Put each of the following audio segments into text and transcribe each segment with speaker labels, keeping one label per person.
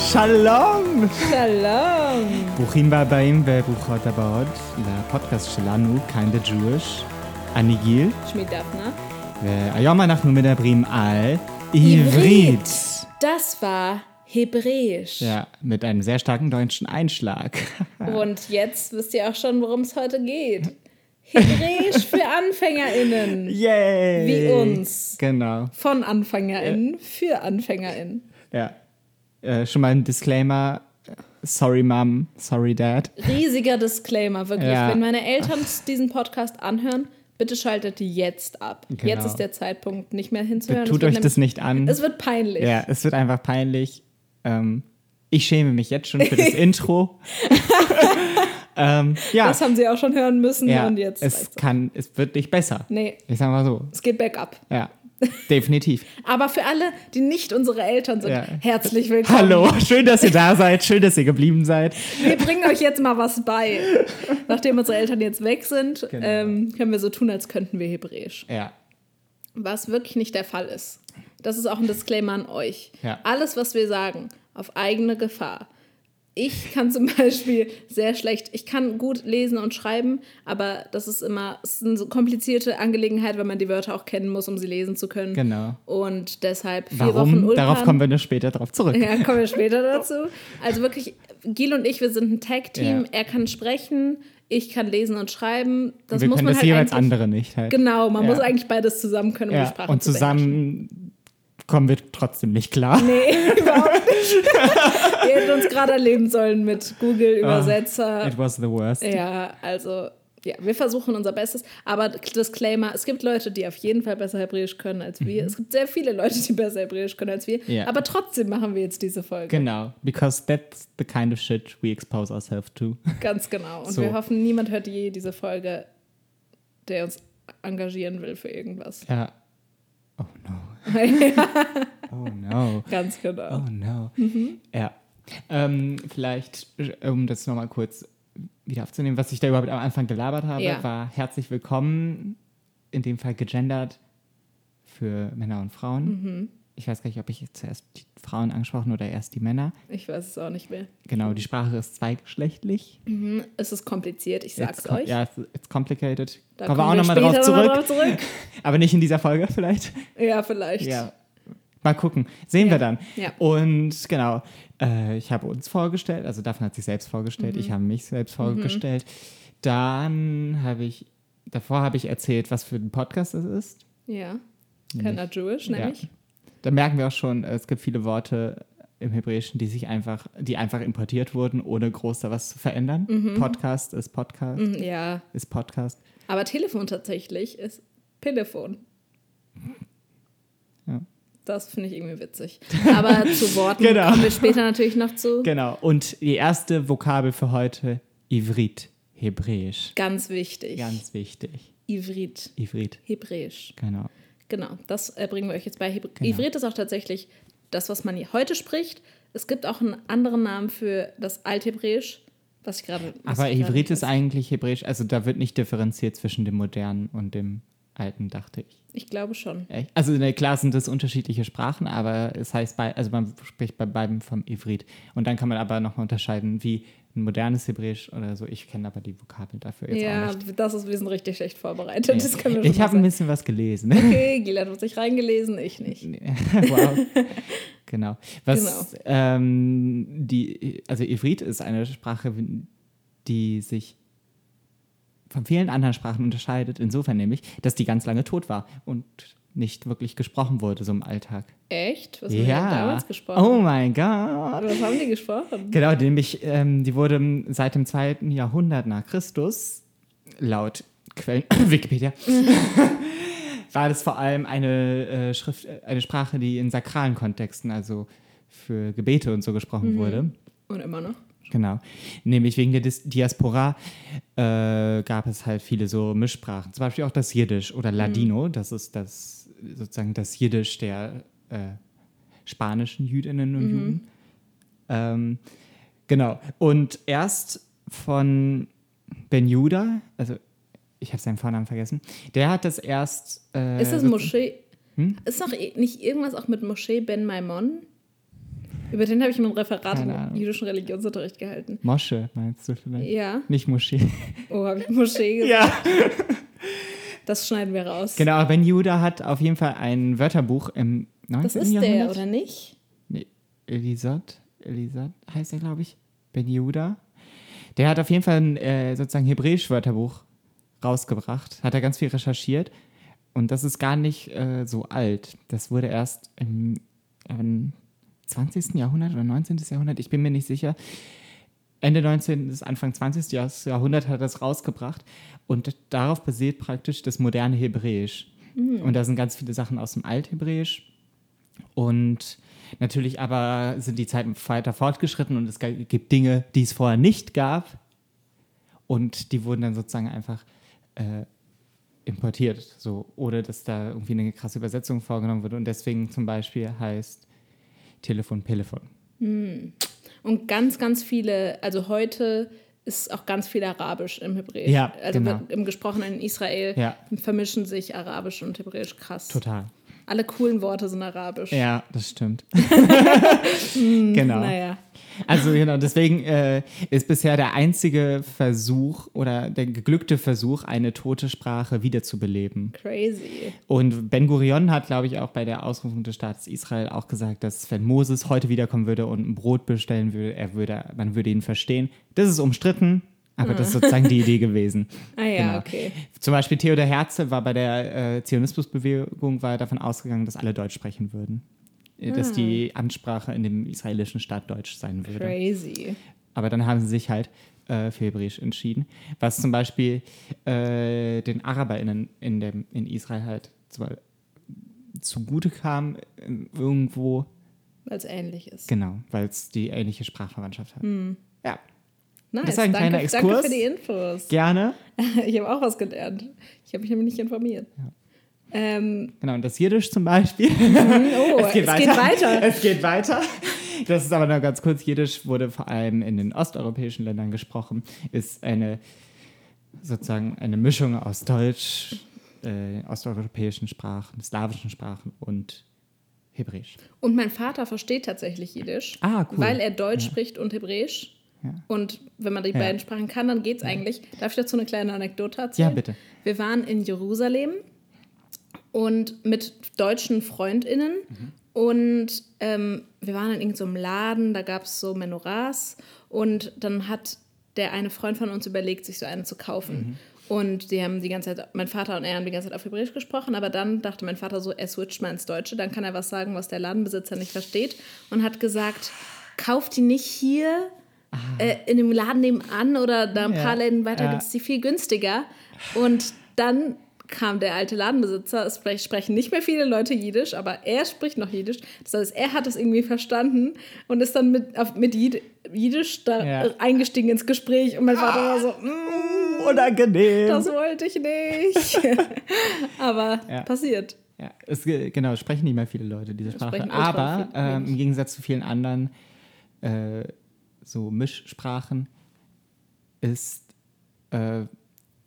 Speaker 1: Shalom!
Speaker 2: Shalom.
Speaker 1: ברוכים הבאים וברוכות הבאות לפודקאסט שלנו, Kinda Jewish. אני גיל,
Speaker 2: שמי דפנה.
Speaker 1: והיום אנחנו מדברים על
Speaker 2: עברית.
Speaker 1: עברית.
Speaker 2: Das war Hebräisch.
Speaker 1: Ja, mit einem sehr starken deutschen Einschlag.
Speaker 2: Und jetzt wisst ihr auch schon, worum es heute geht. Hebräisch für AnfängerInnen.
Speaker 1: Yay!
Speaker 2: Wie uns.
Speaker 1: Genau,
Speaker 2: Von AnfängerInnen für AnfängerInnen.
Speaker 1: ja. Äh, schon mal ein Disclaimer. Sorry, Mom. Sorry, Dad.
Speaker 2: Riesiger Disclaimer, wirklich.
Speaker 1: Ja.
Speaker 2: Wenn meine Eltern diesen Podcast anhören, bitte schaltet die jetzt ab.
Speaker 1: Genau.
Speaker 2: Jetzt ist der Zeitpunkt, nicht mehr hinzuhören.
Speaker 1: Tut
Speaker 2: Es wird
Speaker 1: euch das
Speaker 2: nämlich-
Speaker 1: nicht an.
Speaker 2: Es wird peinlich.
Speaker 1: Ja, es wird einfach peinlich. Ähm, ich schäme mich jetzt schon für das Intro. ähm, ja,
Speaker 2: Das haben sie auch schon hören müssen
Speaker 1: ja
Speaker 2: und jetzt. Also.
Speaker 1: es, kann, es wird nicht besser.
Speaker 2: nee,
Speaker 1: Ich sag mal so.
Speaker 2: es geht bergab.
Speaker 1: Ja, definitiv.
Speaker 2: Aber für alle, die nicht unsere Eltern sind,
Speaker 1: Ja. Äh,
Speaker 2: herzlich willkommen.
Speaker 1: Hallo, schön, dass ihr da seid. Schön, dass ihr geblieben seid.
Speaker 2: Wir bringen euch jetzt mal was bei. Nachdem unsere Eltern jetzt weg sind,
Speaker 1: Genau.
Speaker 2: ähm, können wir so tun, als könnten wir Hebräisch.
Speaker 1: Ja,
Speaker 2: Was wirklich nicht der Fall ist. Das ist auch ein Disclaimer an euch.
Speaker 1: Ja.
Speaker 2: Alles, was wir sagen, auf eigene Gefahr. Ich kann zum Beispiel sehr schlecht, ich kann gut lesen und schreiben, aber das ist immer es ist eine so komplizierte Angelegenheit, weil man die Wörter auch kennen muss, um sie lesen zu können.
Speaker 1: genau.
Speaker 2: Und deshalb vier Wochen
Speaker 1: Warum?
Speaker 2: Ulpan.
Speaker 1: Darauf kommen wir nur später drauf zurück.
Speaker 2: Ja, kommen wir später dazu. Also wirklich, Gil und ich, wir sind ein Tag-Team.
Speaker 1: Ja.
Speaker 2: Er kann sprechen, ich kann lesen und schreiben. Das
Speaker 1: wir
Speaker 2: muss
Speaker 1: können
Speaker 2: man
Speaker 1: das
Speaker 2: halt
Speaker 1: jeweils
Speaker 2: eigentlich-
Speaker 1: andere nicht halt.
Speaker 2: Genau, man
Speaker 1: Ja.
Speaker 2: muss eigentlich beides zusammen können, um die
Speaker 1: ja.
Speaker 2: Sprache
Speaker 1: Und
Speaker 2: zu beherrschen.
Speaker 1: zusammen kommen wir trotzdem nicht klar.
Speaker 2: Nee, überhaupt nicht. Ihr hättet uns gerade erleben sollen mit
Speaker 1: Ah.
Speaker 2: Google-Übersetzer.
Speaker 1: It was the worst.
Speaker 2: Ja, also, ja, wir versuchen unser Bestes. Aber Disclaimer: Es gibt Leute, die auf jeden Fall besser Hebräisch können als wir. Es gibt sehr viele Leute, die besser Hebräisch können als wir.
Speaker 1: Mhm. Ja.
Speaker 2: Aber trotzdem machen wir jetzt diese Folge.
Speaker 1: Genau, because that's the kind of shit we expose ourselves to.
Speaker 2: Ganz genau. Und
Speaker 1: So.
Speaker 2: wir hoffen, niemand hört je diese Folge, der uns engagieren will für irgendwas.
Speaker 1: Ja. Oh no. Oh no.
Speaker 2: Ganz
Speaker 1: Oh
Speaker 2: genau.
Speaker 1: no. Ja. Ähm, vielleicht, um das nochmal kurz wieder aufzunehmen, was ich da überhaupt am Anfang gelabert habe,
Speaker 2: Ja.
Speaker 1: war herzlich willkommen, in dem Fall gegendert für Männer und Frauen.
Speaker 2: Mhm.
Speaker 1: Ich weiß gar nicht, ob ich jetzt zuerst die Frauen angesprochen oder erst die Männer.
Speaker 2: Ich weiß es auch nicht mehr. Mhm.
Speaker 1: Genau, die Sprache ist zweigeschlechtlich.
Speaker 2: Es ist kompliziert, ich sag's
Speaker 1: It's com-
Speaker 2: euch.
Speaker 1: Ja, it's- it's complicated.
Speaker 2: Da
Speaker 1: kommen wir auch
Speaker 2: kommen
Speaker 1: nochmal
Speaker 2: wir
Speaker 1: drauf
Speaker 2: später
Speaker 1: zurück.
Speaker 2: nochmal drauf
Speaker 1: Aber nicht in dieser Folge vielleicht.
Speaker 2: Ja, vielleicht.
Speaker 1: Ja. Mal gucken. Sehen wir dann.
Speaker 2: Ja.
Speaker 1: Und genau, äh, ich habe uns vorgestellt, also Daphne hat sich selbst vorgestellt,
Speaker 2: Mhm.
Speaker 1: ich habe mich selbst vorgestellt. Dann habe ich, davor habe ich erzählt, was für ein Podcast es ist.
Speaker 2: Ja. Keiner Jewish,
Speaker 1: Mhm. Ja.
Speaker 2: nämlich.
Speaker 1: Da merken wir auch schon, es gibt viele Worte im Hebräischen, die sich einfach, die einfach importiert wurden, ohne groß da was zu verändern. Podcast ist Podcast,
Speaker 2: Mhm, ja.
Speaker 1: ist Podcast.
Speaker 2: Aber Telefon tatsächlich ist Telefon.
Speaker 1: Ja.
Speaker 2: Das finde ich irgendwie witzig. Aber zu Worten
Speaker 1: Genau.
Speaker 2: kommen wir später natürlich noch zu.
Speaker 1: Genau. Und die erste Vokabel für heute, Ivrit, Hebräisch.
Speaker 2: Ganz wichtig.
Speaker 1: Ganz wichtig.
Speaker 2: Ivrit.
Speaker 1: Ivrit,
Speaker 2: Hebräisch.
Speaker 1: genau.
Speaker 2: Genau, das äh, bringen wir euch jetzt bei. Hebr
Speaker 1: Genau.
Speaker 2: Ivrit ist auch tatsächlich das, was man hier heute spricht. Es gibt auch einen anderen Namen für das Althebräisch, was ich gerade. was
Speaker 1: Aber
Speaker 2: ich gerade
Speaker 1: Hybrid
Speaker 2: nicht
Speaker 1: ist
Speaker 2: weiß.
Speaker 1: eigentlich hebräisch, also da wird nicht differenziert zwischen dem modernen und dem alten, dachte ich.
Speaker 2: Ich glaube schon.
Speaker 1: Echt? Also ne, klar sind das unterschiedliche Sprachen, aber es heißt bei, also man spricht bei beiden vom Hybrid. Und dann kann man aber nochmal unterscheiden, wie ein modernes Hebräisch oder so. Ich kenne aber die Vokabel dafür jetzt auch
Speaker 2: Ja,
Speaker 1: nicht.
Speaker 2: das ist, wir sind richtig schlecht vorbereitet. Das können wir schon
Speaker 1: ich habe ein
Speaker 2: mal sagen.
Speaker 1: bisschen was gelesen.
Speaker 2: Okay, Gilad hat sich reingelesen, ich nicht.
Speaker 1: wow. Genau. Was Ähm, die, also Ivrit ist eine Sprache, die sich von vielen anderen Sprachen unterscheidet, insofern nämlich, dass die ganz lange tot war und nicht wirklich gesprochen wurde, so im Alltag.
Speaker 2: Echt? Was haben wir damals gesprochen?
Speaker 1: Oh mein Gott.
Speaker 2: Was haben die gesprochen?
Speaker 1: Genau, nämlich, ähm, die wurde seit dem zweiten Jahrhundert nach Christus, laut Quellen Wikipedia, war das vor allem eine äh, Schrift, äh, eine Sprache, die in sakralen Kontexten, also für Gebete und so gesprochen wurde.
Speaker 2: Und immer noch.
Speaker 1: Genau. Nämlich wegen der Dis Diaspora äh, gab es halt viele so Mischsprachen. Zum Beispiel auch das Jiddisch
Speaker 2: Mhm.
Speaker 1: oder Ladino. Das ist das sozusagen das Jiddisch der äh, spanischen Jüdinnen
Speaker 2: Mhm.
Speaker 1: und Juden. Ähm, genau. Und erst von Ben Judah, also ich habe seinen Vornamen vergessen, der hat das erst. Äh, Hm?
Speaker 2: Ist das
Speaker 1: sozusagen-
Speaker 2: Moschee? Ist noch i- nicht irgendwas auch mit Moschee Ben Maimon? Über den habe ich mal ein Referat
Speaker 1: Keine Ahnung.
Speaker 2: im jüdischen Religionsunterricht gehalten.
Speaker 1: Moschee meinst du vielleicht?
Speaker 2: Ja.
Speaker 1: Nicht Moschee.
Speaker 2: Oh, habe ich Moschee gesagt?
Speaker 1: Ja.
Speaker 2: Das schneiden wir raus.
Speaker 1: Genau, aber Ben Judah hat auf jeden Fall ein Wörterbuch im 19.
Speaker 2: Das ist der,
Speaker 1: Jahrhundert.
Speaker 2: oder nicht?
Speaker 1: Nee, Elisat, Elisat heißt er, glaube ich. Ben Judah. Der hat auf jeden Fall ein äh, sozusagen hebräisch Wörterbuch rausgebracht. Hat er ganz viel recherchiert. Und das ist gar nicht äh, so alt. Das wurde erst im, im 20. Jahrhundert oder 19. Jahrhundert, ich bin mir nicht sicher. Ende 19. bis Anfang 20. Jahr- Jahrhundert hat er das rausgebracht. Und darauf basiert praktisch das moderne Hebräisch. Und da sind ganz viele Sachen aus dem Althebräisch und natürlich aber sind die Zeiten weiter fortgeschritten und es ga- gibt Dinge, die es vorher nicht gab. Und die wurden dann sozusagen einfach äh, importiert, so, ohne dass da irgendwie eine krasse Übersetzung vorgenommen wird. Und deswegen zum Beispiel heißt Telefon Telefon.
Speaker 2: Und ganz, ganz viele, also heute ist auch ganz viel Arabisch im Hebräisch.
Speaker 1: Ja,
Speaker 2: also
Speaker 1: genau.
Speaker 2: wird im Gesprochenen in Israel
Speaker 1: Ja.
Speaker 2: vermischen sich Arabisch und Hebräisch krass.
Speaker 1: Total.
Speaker 2: Alle coolen Worte sind Arabisch.
Speaker 1: Ja, das stimmt. genau.
Speaker 2: Naja.
Speaker 1: Also genau, deswegen äh, ist bisher der einzige Versuch oder der geglückte Versuch, eine tote Sprache wiederzubeleben.
Speaker 2: Crazy.
Speaker 1: Und Ben Gurion hat, glaube ich, auch bei der Ausrufung des Staates Israel auch gesagt, dass wenn Moses heute wiederkommen würde und ein Brot bestellen würde, er würde, man würde ihn verstehen. Das ist umstritten, aber das ist sozusagen die Idee gewesen.
Speaker 2: Ah ja,
Speaker 1: Genau.
Speaker 2: okay.
Speaker 1: Zum Beispiel Theodor Herzl war bei der äh, Zionismusbewegung war davon ausgegangen, dass alle Deutsch sprechen würden. Äh, Dass die Ansprache in dem israelischen Staat Deutsch sein würde.
Speaker 2: Crazy.
Speaker 1: Aber dann haben sie sich halt äh, für Hebräisch entschieden, was zum Beispiel äh, den AraberInnen in, dem, in Israel halt zum Beispiel zugute kam, äh, irgendwo,
Speaker 2: Weil es ähnlich ist.
Speaker 1: genau, weil es die ähnliche Sprachverwandtschaft hat. Ja,
Speaker 2: Nice.
Speaker 1: Das war Genau. ein
Speaker 2: danke,
Speaker 1: kleiner
Speaker 2: danke
Speaker 1: Exkurs.
Speaker 2: für die Infos.
Speaker 1: gerne.
Speaker 2: Ich habe auch was gelernt. Ich habe mich nämlich nicht informiert. Ähm,
Speaker 1: Genau, und das Jiddisch zum Beispiel.
Speaker 2: oh, es geht weiter.
Speaker 1: Es geht weiter. Das ist aber nur ganz kurz. Jiddisch wurde vor allem in den osteuropäischen Ländern gesprochen. Ist eine sozusagen eine Mischung aus Deutsch, äh, osteuropäischen Sprachen, slawischen Sprachen und Hebräisch.
Speaker 2: Und mein Vater versteht tatsächlich Jiddisch,
Speaker 1: Ah, cool.
Speaker 2: weil er Deutsch spricht und Hebräisch.
Speaker 1: Ja.
Speaker 2: Und wenn man die
Speaker 1: Ja.
Speaker 2: beiden Sprachen kann, dann geht's eigentlich. Darf ich dazu eine kleine Anekdote erzählen?
Speaker 1: Ja, bitte.
Speaker 2: Wir waren in Jerusalem und mit deutschen FreundInnen. Und ähm, wir waren in irgendeinem Laden, da gab es so Menorahs. Und dann hat der eine Freund von uns überlegt, sich so einen zu kaufen. Und die haben die ganze Zeit, mein Vater und er haben die ganze Zeit auf Hebräisch gesprochen, aber dann dachte mein Vater so, er switcht mal ins Deutsche, dann kann er was sagen, was der Ladenbesitzer nicht versteht. Und hat gesagt, kauft die nicht hier äh, in dem Laden nebenan oder da ein
Speaker 1: Ja,
Speaker 2: paar Läden weiter
Speaker 1: ja.
Speaker 2: gibt es die viel günstiger. Und dann kam der alte Ladenbesitzer, es sprech- sprechen nicht mehr viele Leute Jiddisch, aber er spricht noch Jiddisch. Das heißt, er hat es irgendwie verstanden und ist dann mit, auf, mit Jid Jiddisch da
Speaker 1: Ja. Ah.
Speaker 2: äh, eingestiegen ins Gespräch. Und mein Vater war so, "Mm,
Speaker 1: Unangenehm.
Speaker 2: das wollte ich nicht. aber
Speaker 1: Ja.
Speaker 2: passiert.
Speaker 1: Ja, es, ge- genau, es sprechen nicht mehr viele Leute diese Sprache.
Speaker 2: sprechen ultra
Speaker 1: Aber
Speaker 2: viele
Speaker 1: ähm,
Speaker 2: wenig.
Speaker 1: im Gegensatz zu vielen anderen äh, so Mischsprachen ist, äh,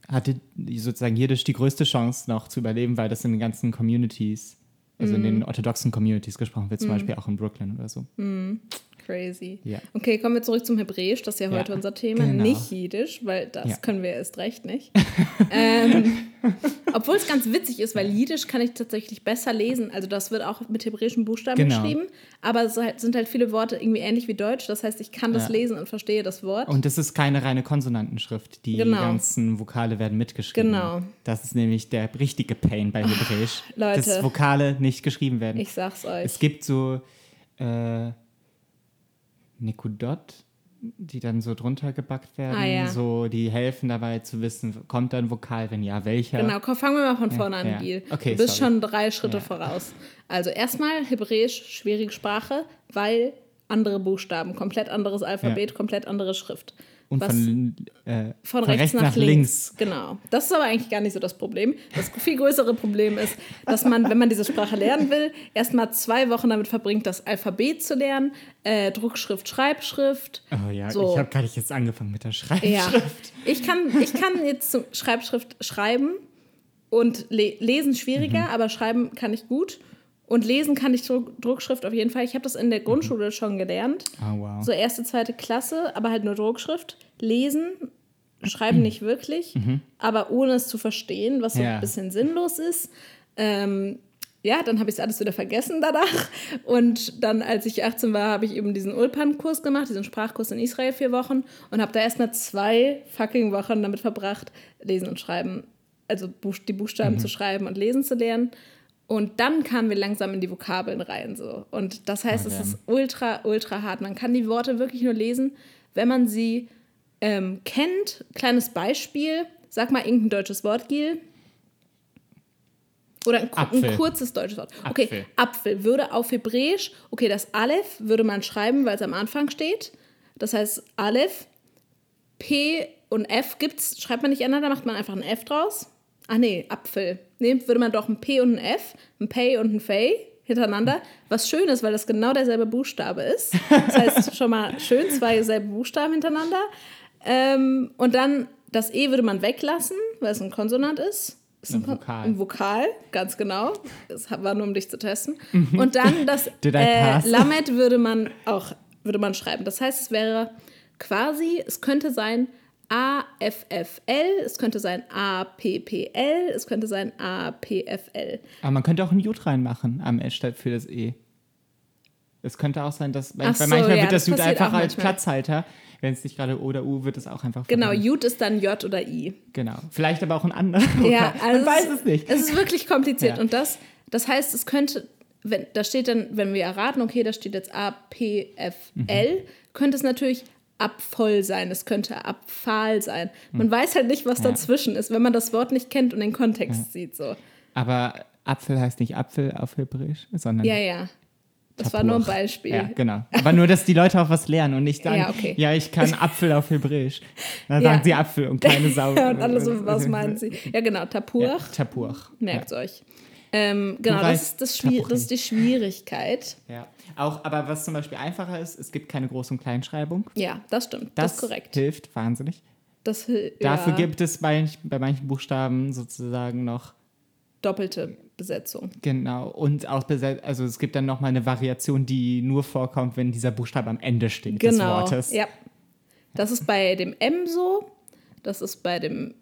Speaker 1: hatte die- sozusagen Jiddisch die größte Chance noch zu überleben, weil das in den ganzen Communities, also
Speaker 2: Mhm.
Speaker 1: in den orthodoxen Communities gesprochen wird, zum Beispiel auch in Brooklyn oder so.
Speaker 2: Crazy.
Speaker 1: Ja.
Speaker 2: Okay, kommen wir zurück zum Hebräisch, das ist ja heute unser Thema.
Speaker 1: genau.
Speaker 2: Nicht Jiddisch, weil das
Speaker 1: Ja.
Speaker 2: können wir erst recht nicht. ähm, Obwohl es ganz witzig ist, weil Jiddisch kann ich tatsächlich besser lesen. Also das wird auch mit hebräischen Buchstaben
Speaker 1: Genau.
Speaker 2: geschrieben. Aber es halt- sind halt viele Worte irgendwie ähnlich wie Deutsch. Das heißt, ich kann das
Speaker 1: Ja.
Speaker 2: lesen und verstehe das Wort.
Speaker 1: Und das ist keine reine Konsonantenschrift. Die
Speaker 2: Genau.
Speaker 1: ganzen Vokale werden mitgeschrieben.
Speaker 2: Genau.
Speaker 1: Das ist nämlich der richtige Pain bei Hebräisch,
Speaker 2: Leute.
Speaker 1: dass Vokale nicht geschrieben werden.
Speaker 2: ich sag's euch.
Speaker 1: Es gibt so äh, Nekudot, die dann so drunter gebackt werden,
Speaker 2: Ah, ja.
Speaker 1: so die helfen dabei zu wissen, kommt da ein Vokal, wenn ja, welcher.
Speaker 2: Genau, komm, fangen wir mal von vorne
Speaker 1: ja.
Speaker 2: an, Gil.
Speaker 1: Okay,
Speaker 2: du bist
Speaker 1: sorry.
Speaker 2: schon drei Schritte voraus. Also erstmal Hebräisch, schwierige Sprache, weil andere Buchstaben, komplett anderes Alphabet, komplett andere Schrift.
Speaker 1: Und
Speaker 2: Was-
Speaker 1: von, äh,
Speaker 2: von rechts, nach, links.
Speaker 1: links.
Speaker 2: Genau. Das ist aber eigentlich gar nicht so das Problem. Das viel größere Problem ist, dass man, wenn man diese Sprache lernen will, erstmal zwei Wochen damit verbringt, das Alphabet zu lernen, äh, Druckschrift, Schreibschrift.
Speaker 1: Oh ja,
Speaker 2: So.
Speaker 1: ich habe gerade jetzt angefangen mit der
Speaker 2: Ja.
Speaker 1: Schreibschrift.
Speaker 2: Ich kann, ich kann jetzt zum Schreibschrift schreiben und le lesen schwieriger, aber schreiben kann ich gut. Und lesen kann ich Druck, Druckschrift auf jeden Fall. Ich habe das in der Grundschule schon gelernt.
Speaker 1: Ah, wow.
Speaker 2: So erste, zweite Klasse, aber halt nur Druckschrift. Lesen, schreiben nicht wirklich, aber ohne es zu verstehen, was so
Speaker 1: Ja.
Speaker 2: ein bisschen sinnlos ist. Ähm, ja, dann habe ich es alles wieder vergessen danach. Und dann, als ich 18 war, habe ich eben diesen Ulpan-Kurs gemacht, diesen Sprachkurs in Israel vier Wochen und habe da erstmal zwei fucking Wochen damit verbracht, lesen und schreiben, also Buch- die Buchstaben zu schreiben und lesen zu lernen. Und dann kamen wir langsam in die Vokabeln rein. So. Und das heißt, es
Speaker 1: Okay.
Speaker 2: ist ultra, ultra hart. Man kann die Worte wirklich nur lesen, wenn man sie ähm, kennt. Kleines Beispiel, sag mal irgendein deutsches Wort, Gil. Oder ein, ku-
Speaker 1: Apfel.
Speaker 2: ein kurzes deutsches Wort. Okay,
Speaker 1: Apfel.
Speaker 2: Apfel. würde auf Hebräisch, okay, das Aleph würde man schreiben, weil es am Anfang steht. Das heißt, Aleph, P und F gibt's, schreibt man nicht ändern, da macht man einfach ein F draus. Ah nee, Apfel. Nee, würde man doch ein P und ein F, ein Pay und ein Fay hintereinander. Was schön ist, weil das genau derselbe Buchstabe ist. Das heißt schon mal schön zwei selbe Buchstaben hintereinander. Ähm, und dann das E würde man weglassen, weil es ein Konsonant ist. Ist
Speaker 1: Ein
Speaker 2: Kon-
Speaker 1: Vokal.
Speaker 2: Ein Vokal, ganz genau. Das war nur, um dich zu testen. Und dann das
Speaker 1: Mhm. Did I
Speaker 2: äh,
Speaker 1: pass?
Speaker 2: Lamed würde man auch würde man schreiben. Das heißt, es wäre quasi, es könnte sein AFFL, es könnte sein APPL, es könnte sein APFL.
Speaker 1: Aber man könnte auch ein Jut reinmachen am E statt für das E. Es könnte auch sein, dass. Weil,
Speaker 2: Ach
Speaker 1: weil
Speaker 2: so,
Speaker 1: manchmal
Speaker 2: ja,
Speaker 1: wird das,
Speaker 2: das
Speaker 1: Jut
Speaker 2: passiert
Speaker 1: einfach
Speaker 2: auch
Speaker 1: als
Speaker 2: manchmal.
Speaker 1: Platzhalter. Wenn es nicht gerade O oder U wird, es auch einfach.
Speaker 2: Genau,
Speaker 1: verwendet.
Speaker 2: Jut ist dann J oder I.
Speaker 1: Genau. Vielleicht aber auch ein anderer.
Speaker 2: Ja, also
Speaker 1: man weiß es nicht.
Speaker 2: Es ist wirklich kompliziert.
Speaker 1: Ja.
Speaker 2: Und das, das heißt, es könnte, wenn, da steht dann, wenn wir erraten, okay, da steht jetzt A, P, F,
Speaker 1: Mhm.
Speaker 2: L, könnte es natürlich abvoll sein, es könnte abfahl sein. Man weiß halt nicht, was
Speaker 1: Mhm. Ja.
Speaker 2: dazwischen ist, wenn man das Wort nicht kennt und den Kontext sieht. So.
Speaker 1: Aber Apfel heißt nicht Apfel auf Hebräisch, sondern.
Speaker 2: Ja, ja. Das war nur ein Beispiel.
Speaker 1: Ja, genau. Aber nur, dass die Leute auch was lernen und nicht sagen, ja,
Speaker 2: Ja, okay.
Speaker 1: ich kann Apfel auf Hebräisch. Dann
Speaker 2: Ja.
Speaker 1: sagen sie Apfel und keine Sau. Äh,
Speaker 2: Und alle so, was meinen sie? Ja, genau, Tapur.
Speaker 1: Ja, Tapurch.
Speaker 2: Merkt euch. Ähm, genau,
Speaker 1: Plural
Speaker 2: das ist, das, Schwier-
Speaker 1: Tapurchen.
Speaker 2: das ist die Schwierigkeit.
Speaker 1: Ja. Auch, aber was zum Beispiel einfacher ist, es gibt keine Groß- und Kleinschreibung.
Speaker 2: Ja, das stimmt. Das,
Speaker 1: Das,
Speaker 2: ist korrekt.
Speaker 1: hilft wahnsinnig.
Speaker 2: Das, hil-
Speaker 1: Dafür
Speaker 2: ja.
Speaker 1: gibt es bei, bei manchen Buchstaben sozusagen noch
Speaker 2: doppelte Besetzung.
Speaker 1: Genau, und auch besel- also es gibt dann nochmal eine Variation, die nur vorkommt, wenn dieser Buchstabe am Ende steht des
Speaker 2: Genau.
Speaker 1: Wortes.
Speaker 2: Ja. Das ist bei dem M so, das ist bei dem,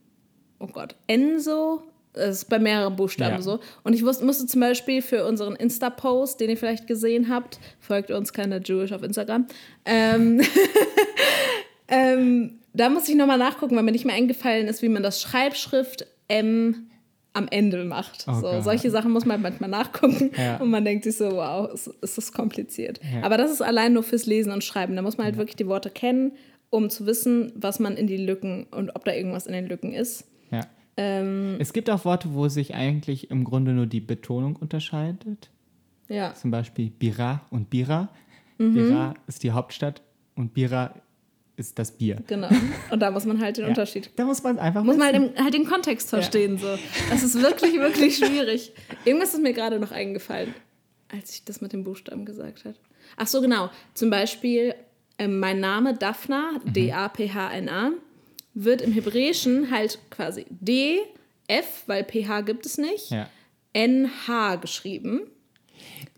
Speaker 2: oh Gott, N so, das ist bei mehreren Buchstaben
Speaker 1: Ja.
Speaker 2: so. Und ich wusste, musste zum Beispiel für unseren Insta-Post, den ihr vielleicht gesehen habt, folgt uns keiner Jewish auf Instagram, ähm, ähm, da musste ich nochmal nachgucken, weil mir nicht mehr eingefallen ist, wie man das Schreibschrift M am Ende macht.
Speaker 1: Oh
Speaker 2: so,
Speaker 1: Gott.
Speaker 2: solche Sachen muss man manchmal nachgucken
Speaker 1: Ja.
Speaker 2: und man denkt sich so, wow, ist, ist das kompliziert.
Speaker 1: Ja.
Speaker 2: Aber das ist allein nur fürs Lesen und Schreiben. Da muss man halt wirklich die Worte kennen, um zu wissen, was man in die Lücken und ob da irgendwas in den Lücken ist.
Speaker 1: Ja.
Speaker 2: Ähm,
Speaker 1: Es gibt auch Worte, wo sich eigentlich im Grunde nur die Betonung unterscheidet.
Speaker 2: ja,
Speaker 1: Zum Beispiel Bira und Bira.
Speaker 2: Mhm.
Speaker 1: Bira ist die Hauptstadt und Bira ist das Bier.
Speaker 2: genau. Und da muss man halt den
Speaker 1: Ja.
Speaker 2: Unterschied.
Speaker 1: Da muss man einfach
Speaker 2: Muss man halt,
Speaker 1: wissen.
Speaker 2: den- halt den Kontext verstehen. So. Das ist wirklich, wirklich schwierig. Irgendwas ist mir gerade noch eingefallen, als ich das mit den Buchstaben gesagt habe. Ach so, genau. Zum Beispiel, ähm, mein Name Daphna,
Speaker 1: Mhm.
Speaker 2: D-A-P-H-N-A, wird im Hebräischen halt quasi D, F, weil PH gibt es nicht.
Speaker 1: ja.
Speaker 2: NH geschrieben,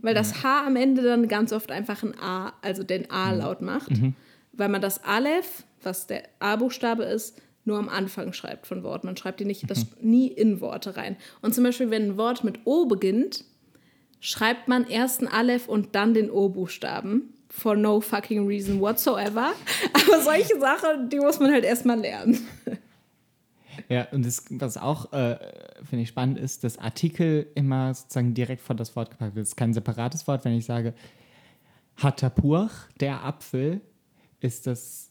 Speaker 2: weil das H am Ende dann ganz oft einfach ein A, also den
Speaker 1: Mhm.
Speaker 2: A-Laut macht, weil man das Aleph, was der A-Buchstabe ist, nur am Anfang schreibt von Worten. Man schreibt die nicht das
Speaker 1: Mhm.
Speaker 2: nie in Worte rein. Und zum Beispiel, wenn ein Wort mit O beginnt, schreibt man erst ein Aleph und dann den O-Buchstaben. For no fucking reason whatsoever. Aber solche Sachen, die muss man halt erstmal lernen.
Speaker 1: Ja, und das, was auch, äh, finde ich, spannend ist, dass Artikel immer sozusagen direkt vor das Wort gepackt wird. Es ist kein separates Wort, wenn ich sage, Hatapur, der Apfel, ist das,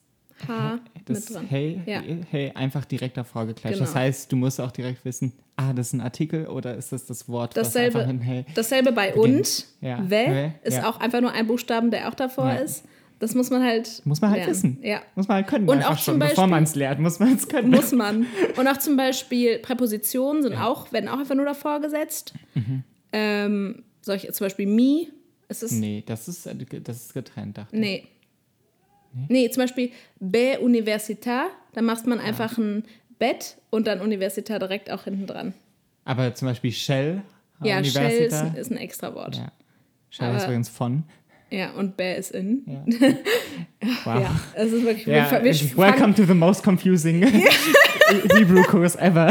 Speaker 2: H
Speaker 1: das
Speaker 2: mit dran.
Speaker 1: hey,
Speaker 2: Ja.
Speaker 1: hey einfach direkt davor geklatscht. Das
Speaker 2: Genau.
Speaker 1: heißt, du musst auch direkt wissen, ah, das ist ein Artikel oder ist das das Wort,
Speaker 2: Dasselbe-
Speaker 1: was einfach in hey.
Speaker 2: Dasselbe bei und.
Speaker 1: Beginnt. Ja.
Speaker 2: We
Speaker 1: We,
Speaker 2: ist
Speaker 1: ja.
Speaker 2: auch einfach nur ein Buchstaben, der auch davor
Speaker 1: Ja.
Speaker 2: ist. Das muss man halt.
Speaker 1: Muss man halt
Speaker 2: lernen.
Speaker 1: wissen.
Speaker 2: Ja.
Speaker 1: Muss man halt können.
Speaker 2: Und
Speaker 1: einfach
Speaker 2: auch zum
Speaker 1: schon, bevor
Speaker 2: Beispiel-
Speaker 1: man es lernt, muss man es können.
Speaker 2: Muss man. Und auch zum Beispiel Präpositionen sind auch, werden auch einfach nur davor gesetzt.
Speaker 1: Mhm.
Speaker 2: Ähm, solche, zum Beispiel me. Es ist. Nee.
Speaker 1: Nee, das ist, äh, das ist getrennt, dachte ich.
Speaker 2: Nee. zum Beispiel be università. Da macht man einfach ein Bett und dann Università direkt auch hinten dran.
Speaker 1: Aber zum Beispiel Shell
Speaker 2: Ja, Shell ist,
Speaker 1: Universita.
Speaker 2: ist ein extra Wort.
Speaker 1: Ah, Ja. Shell ist
Speaker 2: Aber-
Speaker 1: übrigens von.
Speaker 2: Ja, und Bear ist in.
Speaker 1: Ja.
Speaker 2: Ja,
Speaker 1: Wow.
Speaker 2: es ist wirklich. wir
Speaker 1: Ja,
Speaker 2: ver- wir fangen-
Speaker 1: welcome to the most confusing Hebrew course ever.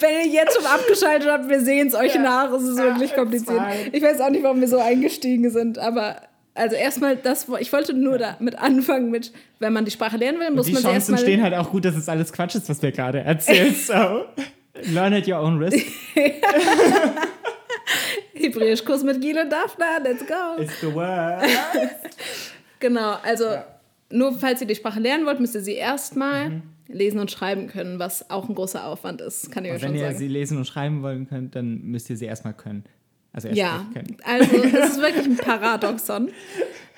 Speaker 2: Wenn ihr jetzt schon abgeschaltet habt, wir sehen es euch nach. Es ist wirklich kompliziert.
Speaker 1: zwei.
Speaker 2: Ich weiß auch nicht, warum wir so eingestiegen sind, aber. Also erstmal das, wo- ich wollte nur damit anfangen mit, wenn man die Sprache lernen will, muss
Speaker 1: Die
Speaker 2: man sie
Speaker 1: Chancen
Speaker 2: erstmal
Speaker 1: stehen halt auch gut, dass es alles Quatsch ist, was wir gerade erzählen. So, learn at your own risk.
Speaker 2: Hebräischkurs mit Gil und Daphna, let's go.
Speaker 1: It's the word.
Speaker 2: Genau, also nur falls ihr die Sprache lernen wollt, müsst ihr sie erstmal
Speaker 1: Mhm.
Speaker 2: lesen und schreiben können, was auch ein großer Aufwand ist, kann ich euch
Speaker 1: Und wenn
Speaker 2: schon
Speaker 1: ihr
Speaker 2: sagen.
Speaker 1: sie lesen und schreiben wollen könnt, dann müsst ihr sie erstmal können. Also erst
Speaker 2: Ja,
Speaker 1: recht können.
Speaker 2: also es ist wirklich ein Paradoxon.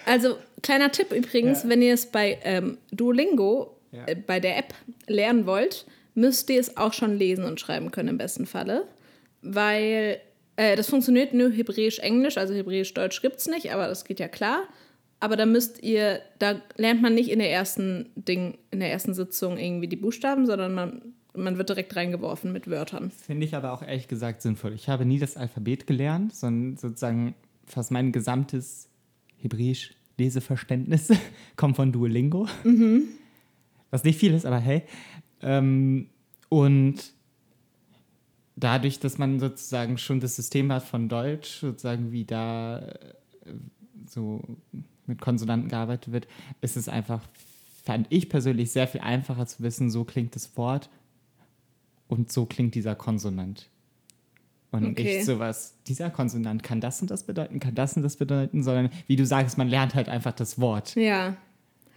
Speaker 2: Also kleiner Tipp übrigens,
Speaker 1: Ja.
Speaker 2: wenn ihr es bei ähm, Duolingo,
Speaker 1: Ja.
Speaker 2: äh, bei der App lernen wollt, müsst ihr es auch schon lesen und schreiben können im besten Falle, weil äh, das funktioniert nur Hebräisch-Englisch, also Hebräisch-Deutsch gibt es nicht, aber das geht ja klar. Aber da müsst ihr, da lernt man nicht in der ersten Ding, in der ersten Sitzung irgendwie die Buchstaben, sondern man, man wird direkt reingeworfen mit Wörtern.
Speaker 1: Finde ich aber auch ehrlich gesagt sinnvoll. Ich habe nie das Alphabet gelernt, sondern sozusagen fast mein gesamtes Hebräisch Leseverständnis kommt von Duolingo. Was nicht viel ist, aber hey. Ähm, und dadurch, dass man sozusagen schon das System hat von Deutsch, sozusagen wie da äh, so mit Konsonanten gearbeitet wird, ist es einfach, fand ich persönlich, sehr viel einfacher zu wissen, so klingt das Wort und so klingt dieser Konsonant. Und
Speaker 2: Okay.
Speaker 1: nicht sowas, dieser Konsonant kann das und das bedeuten, kann das und das bedeuten, sondern wie du sagst, man lernt halt einfach das Wort.
Speaker 2: Ja.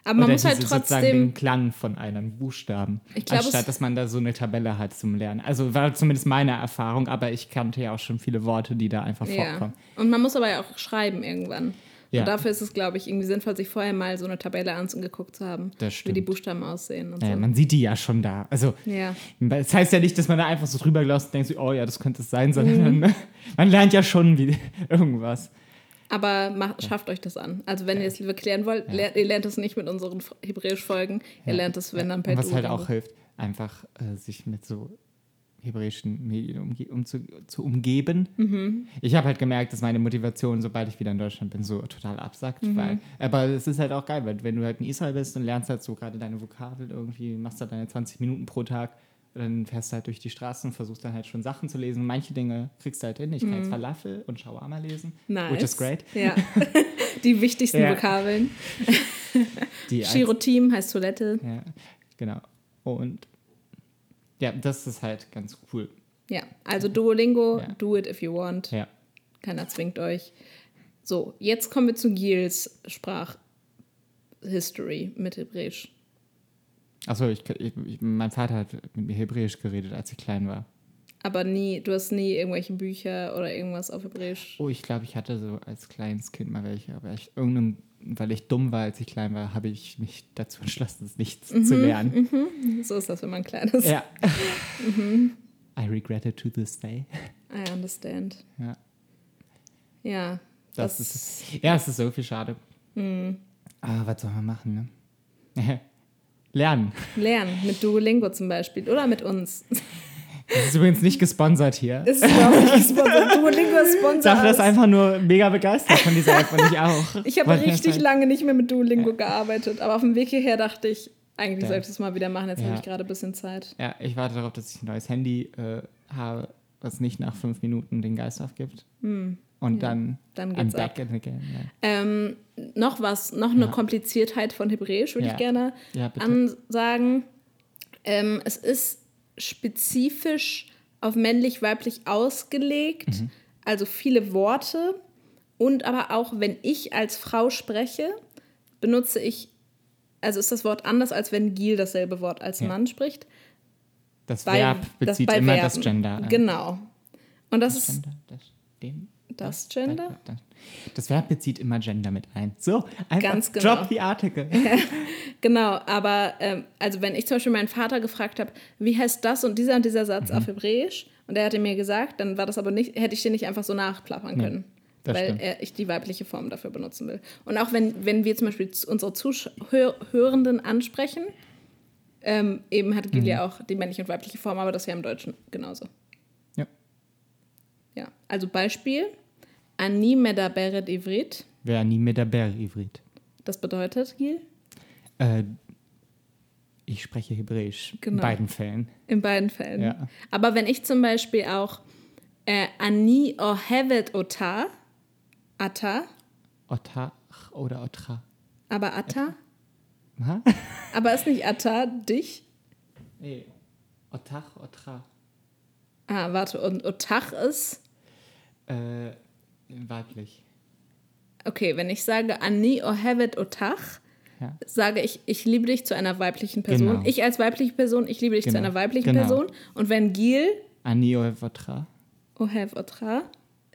Speaker 2: Aber man
Speaker 1: Oder
Speaker 2: muss halt
Speaker 1: diese sozusagen
Speaker 2: trotzdem
Speaker 1: den Klang von einem Buchstaben.
Speaker 2: Ich glaub, es-
Speaker 1: anstatt, dass man da so eine Tabelle hat zum Lernen. Also war zumindest meine Erfahrung, aber ich kannte ja auch schon viele Worte, die da einfach
Speaker 2: Ja.
Speaker 1: vorkommen.
Speaker 2: Und man muss aber ja auch schreiben irgendwann.
Speaker 1: Ja.
Speaker 2: Und dafür ist es, glaube ich, irgendwie sinnvoll, sich vorher mal so eine Tabelle anzugeguckt zu haben,
Speaker 1: Das
Speaker 2: wie
Speaker 1: stimmt.
Speaker 2: die Buchstaben aussehen und
Speaker 1: Naja,
Speaker 2: so.
Speaker 1: Äh, man sieht die ja schon da. Also
Speaker 2: ja.
Speaker 1: es heißt ja nicht, dass man da einfach so drüber glaubst und denkt, so, oh ja, das könnte es sein, sondern
Speaker 2: Mhm.
Speaker 1: man, man lernt ja schon wie, irgendwas.
Speaker 2: Aber macht, schafft euch das an. Also wenn ihr es wirklich lernen wollt, lernt, ihr lernt es nicht mit unseren F- Hebräisch-Folgen. Ihr lernt es, wenn dann
Speaker 1: Und
Speaker 2: per
Speaker 1: Was halt
Speaker 2: Duolingo.
Speaker 1: auch hilft, einfach äh, sich mit so hebräischen Medien umge um zu, zu umgeben.
Speaker 2: Mhm.
Speaker 1: Ich habe halt gemerkt, dass meine Motivation, sobald ich wieder in Deutschland bin, so total absackt.
Speaker 2: Mhm.
Speaker 1: Weil, aber es ist halt auch geil, weil wenn du halt in Israel bist und lernst halt so gerade deine Vokabel irgendwie, machst da deine 20 Minuten pro Tag, dann fährst du halt durch die Straßen und versuchst dann halt schon Sachen zu lesen. Manche Dinge kriegst du halt hin. Ich kann jetzt Falafel und Shawarma lesen,
Speaker 2: Mhm. Nice.
Speaker 1: which is great.
Speaker 2: Ja. die wichtigsten
Speaker 1: Ja.
Speaker 2: Vokabeln.
Speaker 1: Die einz-
Speaker 2: Chirotim heißt Toilette.
Speaker 1: Ja, genau. Und ja, das ist halt ganz cool.
Speaker 2: Ja. Also Duolingo,
Speaker 1: Ja.
Speaker 2: do it if you want.
Speaker 1: Ja.
Speaker 2: Keiner zwingt euch. So, jetzt kommen wir zu Giels Sprachhistory mit Hebräisch.
Speaker 1: Achso, ich, ich, ich, mein Vater hat mit mir Hebräisch geredet, als ich klein war.
Speaker 2: Aber nie, du hast nie irgendwelche Bücher oder irgendwas auf Hebräisch.
Speaker 1: Oh, ich glaube, ich hatte so als kleines Kind mal welche, aber ich, irgendeinem, weil ich dumm war, als ich klein war, habe ich mich dazu entschlossen, es nicht
Speaker 2: Mhm.
Speaker 1: zu lernen.
Speaker 2: So ist das, wenn man klein ist.
Speaker 1: Ja.
Speaker 2: Mhm.
Speaker 1: I regret it to this day.
Speaker 2: I understand.
Speaker 1: Ja,
Speaker 2: Ja.
Speaker 1: das ist, ja, es ist so viel schade.
Speaker 2: Mhm.
Speaker 1: Aber was soll man machen, ne? Lernen.
Speaker 2: Lernen mit Duolingo zum Beispiel oder mit uns.
Speaker 1: Das ist übrigens nicht gesponsert hier.
Speaker 2: Das ist überhaupt nicht gesponsert. Duolingo ist
Speaker 1: Ich
Speaker 2: Sponsor.
Speaker 1: dachte, das
Speaker 2: alles.
Speaker 1: einfach nur mega begeistert von dieser App und ich auch.
Speaker 2: ich habe
Speaker 1: Wollte nur
Speaker 2: richtig
Speaker 1: sagen.
Speaker 2: lange nicht mehr mit Duolingo gearbeitet, aber auf dem Weg hierher dachte ich, eigentlich
Speaker 1: Ja.
Speaker 2: sollte ich es mal wieder machen. Jetzt habe
Speaker 1: Ja.
Speaker 2: ich gerade ein bisschen Zeit.
Speaker 1: Ja, ich warte darauf, dass ich ein neues Handy äh, habe, was nicht nach fünf Minuten den Geist aufgibt. Und dann,
Speaker 2: Hm. Dann
Speaker 1: I'm
Speaker 2: geht's ab.
Speaker 1: back in the game. Ja.
Speaker 2: Ähm, noch was, noch eine Kompliziertheit von Hebräisch würde
Speaker 1: Ja.
Speaker 2: ich gerne
Speaker 1: Ja, bitte.
Speaker 2: ansagen. Ähm, es ist spezifisch auf männlich-weiblich ausgelegt,
Speaker 1: Mhm.
Speaker 2: also viele Worte. Und aber auch, wenn ich als Frau spreche, benutze ich, also ist das Wort anders, als wenn Gil dasselbe Wort als
Speaker 1: Ja.
Speaker 2: Mann spricht.
Speaker 1: Das
Speaker 2: Bei-
Speaker 1: Verb bezieht
Speaker 2: bei
Speaker 1: immer
Speaker 2: Verben.
Speaker 1: das Gender. ein.
Speaker 2: Genau. Und das,
Speaker 1: Das
Speaker 2: ist
Speaker 1: Gender, das, den,
Speaker 2: das Gender?
Speaker 1: Das, das Verb bezieht immer Gender mit ein. So, einfach
Speaker 2: Ganz genau.
Speaker 1: drop the article.
Speaker 2: Genau, aber ähm, also wenn ich zum Beispiel meinen Vater gefragt habe, wie heißt das und dieser und dieser Satz
Speaker 1: Mhm.
Speaker 2: auf Hebräisch, und er hatte mir gesagt, dann war das aber nicht, hätte ich den nicht einfach so nachplappern
Speaker 1: Nee,
Speaker 2: können.
Speaker 1: das
Speaker 2: weil
Speaker 1: stimmt.
Speaker 2: er, ich die weibliche Form dafür benutzen will. Und auch wenn, wenn wir zum Beispiel zu- unsere Zuhörenden
Speaker 1: Mhm.
Speaker 2: ansprechen, ähm, eben hat Gil ja auch die männliche und weibliche Form, aber das ist ja im Deutschen genauso. Ja, also Beispiel: Ani medaberet ivrit.
Speaker 1: Wer nie mit der Bär Ivrit.
Speaker 2: Das bedeutet, Gil,
Speaker 1: Äh, ich spreche Hebräisch in
Speaker 2: Genau.
Speaker 1: beiden Fällen.
Speaker 2: in beiden Fällen.
Speaker 1: Ja.
Speaker 2: Aber wenn ich zum Beispiel auch äh, Ani ohevet ota, ata,
Speaker 1: Otach oder Otra.
Speaker 2: aber ata,
Speaker 1: Ha?
Speaker 2: aber ist nicht ata dich?
Speaker 1: Nee. Otach, Otra.
Speaker 2: Ah, warte, und otach ist?
Speaker 1: Äh, weiblich.
Speaker 2: Okay, wenn ich sage Ani ohevet otach,
Speaker 1: Ja.
Speaker 2: sage ich, ich liebe dich zu einer weiblichen Person.
Speaker 1: Genau.
Speaker 2: Ich als weibliche Person, ich liebe dich zu
Speaker 1: Genau.
Speaker 2: einer weiblichen
Speaker 1: Genau.
Speaker 2: Person. Und wenn Gil
Speaker 1: Ani oder Otra.
Speaker 2: ohev otra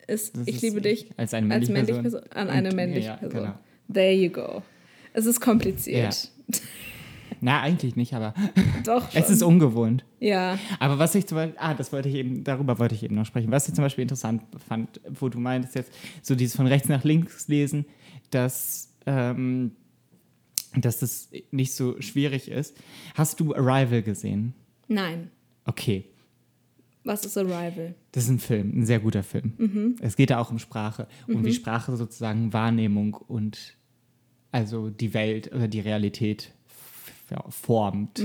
Speaker 2: ist,
Speaker 1: Das
Speaker 2: ich
Speaker 1: ist
Speaker 2: liebe dich
Speaker 1: Als eine
Speaker 2: als
Speaker 1: männliche,
Speaker 2: männliche
Speaker 1: Person.
Speaker 2: Person, an eine
Speaker 1: Und-
Speaker 2: männliche
Speaker 1: ja,
Speaker 2: Person.
Speaker 1: Genau.
Speaker 2: There you go. Es ist kompliziert.
Speaker 1: Na, eigentlich nicht, aber
Speaker 2: Doch schon.
Speaker 1: es ist ungewohnt.
Speaker 2: ja,
Speaker 1: Aber was ich zum Beispiel, ah, das wollte ich eben, darüber wollte ich eben noch sprechen. Was ich zum Beispiel interessant fand, wo du meintest jetzt, so dieses von rechts nach links lesen, dass, ähm, dass das nicht so schwierig ist. Hast du Arrival gesehen?
Speaker 2: nein.
Speaker 1: Okay,
Speaker 2: Was ist Arrival?
Speaker 1: das ist ein Film, ein sehr guter Film. Es geht da auch um Sprache, um wie Sprache sozusagen Wahrnehmung und also die Welt oder die Realität f- ja, formt.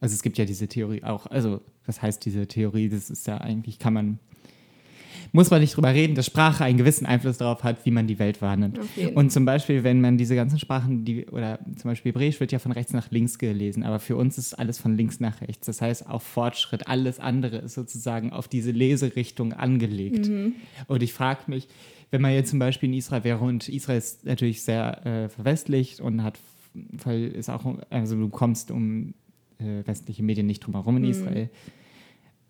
Speaker 1: Also es gibt ja diese Theorie auch, also was heißt diese Theorie? Das ist ja eigentlich, kann man, muss man nicht drüber reden, dass Sprache einen gewissen Einfluss darauf hat, wie man die Welt wahrnimmt.
Speaker 2: Auf jeden
Speaker 1: Und zum Beispiel, wenn man diese ganzen Sprachen, die, oder zum Beispiel Hebräisch wird ja von rechts nach links gelesen, aber für uns ist alles von links nach rechts. Das heißt, auch Fortschritt, alles andere ist sozusagen auf diese Leserichtung angelegt.
Speaker 2: Mhm.
Speaker 1: Und ich frage mich, wenn man jetzt zum Beispiel in Israel wäre und Israel ist natürlich sehr äh, verwestlicht und hat, weil ist auch, also du kommst um äh, westliche Medien nicht drum
Speaker 2: Mhm.
Speaker 1: herum in Israel.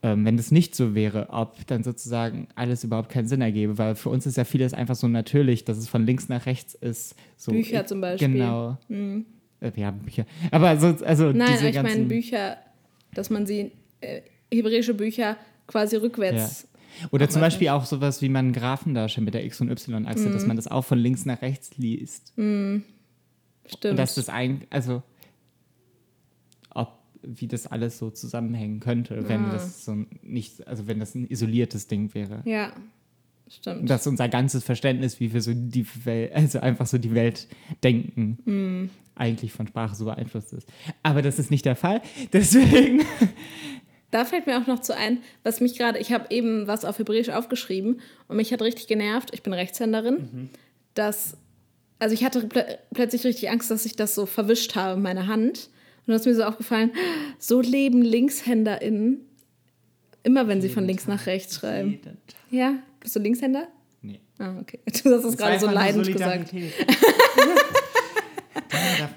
Speaker 1: Ähm, wenn das nicht so wäre, ob dann sozusagen alles überhaupt keinen Sinn ergebe, weil für uns ist ja vieles einfach so natürlich, dass es von links nach rechts ist. So,
Speaker 2: Bücher zum Beispiel.
Speaker 1: Genau. Äh, Wir haben Bücher. Aber so, also
Speaker 2: Nein,
Speaker 1: diese
Speaker 2: aber Hm. ich
Speaker 1: ganzen.
Speaker 2: meine Bücher, dass man sie, äh, hebräische Bücher quasi rückwärts.
Speaker 1: Oder
Speaker 2: Ach,
Speaker 1: zum
Speaker 2: weiß
Speaker 1: Beispiel auch sowas wie man einen Graphen darstellt mit der X- und Y-Achse,
Speaker 2: Mhm.
Speaker 1: dass man das auch von links nach rechts liest. Und
Speaker 2: Stimmt.
Speaker 1: dass das ein, also ob wie das alles so zusammenhängen könnte, wenn
Speaker 2: Ah.
Speaker 1: das so ein- nicht, also wenn das ein isoliertes Ding wäre.
Speaker 2: ja, stimmt.
Speaker 1: Dass unser ganzes Verständnis, wie wir so die Welt, also einfach so die Welt denken,
Speaker 2: Mm.
Speaker 1: eigentlich von Sprache so beeinflusst ist. Aber das ist nicht der Fall. Deswegen.
Speaker 2: Da fällt mir auch noch zu ein, was mich gerade, ich habe eben was auf Hebräisch aufgeschrieben und mich hat richtig genervt, ich bin Rechtshänderin,
Speaker 1: Mhm.
Speaker 2: dass, also ich hatte plö plötzlich richtig Angst, dass ich das so verwischt habe, meine Hand. Und dann ist mir so aufgefallen, so leben LinkshänderInnen, immer wenn sie von links nach rechts schreiben. Ja, bist du Linkshänder?
Speaker 1: Nee.
Speaker 2: Ah, okay. Du hast es gerade so leidend gesagt.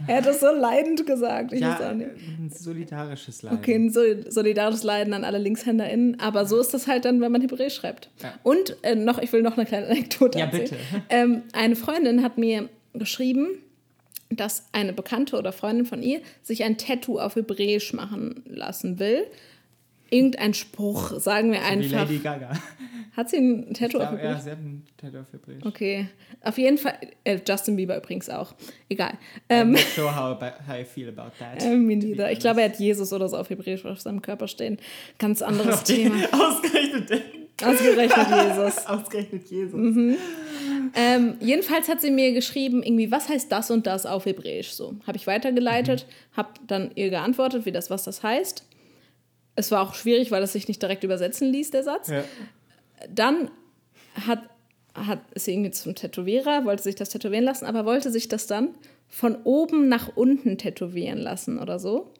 Speaker 2: Er hat es so leidend gesagt. Ich weiß auch
Speaker 1: ja, äh,
Speaker 2: nicht.
Speaker 1: ein solidarisches Leiden.
Speaker 2: Okay, ein sol- solidarisches Leiden an alle LinkshänderInnen, aber so ist das halt dann, wenn man Hebräisch schreibt.
Speaker 1: Ja.
Speaker 2: Und äh, noch, ich will noch eine kleine Anekdote
Speaker 1: Ja,
Speaker 2: erzählen.
Speaker 1: bitte.
Speaker 2: Ähm, eine Freundin hat mir geschrieben, dass eine Bekannte oder Freundin von ihr sich ein Tattoo auf Hebräisch machen lassen will. Irgendein Spruch, sagen wir
Speaker 1: Wie
Speaker 2: einfach.
Speaker 1: Lady Gaga.
Speaker 2: Hat sie ein Tattoo auf
Speaker 1: Ja,
Speaker 2: Hebräisch?
Speaker 1: ja, sie hat einen Tattoo auf Hebräisch.
Speaker 2: Okay, auf jeden Fall. Äh, Justin Bieber übrigens auch. Egal.
Speaker 1: I'm
Speaker 2: Ähm,
Speaker 1: not sure how, about, how I feel about that.
Speaker 2: äh, mir neither. ich glaube, er hat Jesus oder so auf Hebräisch auf seinem Körper stehen. Ganz anderes Thema.
Speaker 1: Ausgerechnet,
Speaker 2: Ausgerechnet Jesus.
Speaker 1: ausgerechnet Jesus.
Speaker 2: Mhm. Ähm, jedenfalls hat sie mir geschrieben, irgendwie, was heißt das und das auf Hebräisch? So, habe ich weitergeleitet, habe dann ihr geantwortet, wie das, was das heißt. Es war auch schwierig, weil es sich nicht direkt übersetzen ließ, der Satz.
Speaker 1: Ja.
Speaker 2: Dann hat, hat, ist sie irgendwie zum Tätowierer, wollte sich das tätowieren lassen, aber wollte sich das dann von oben nach unten tätowieren lassen oder so.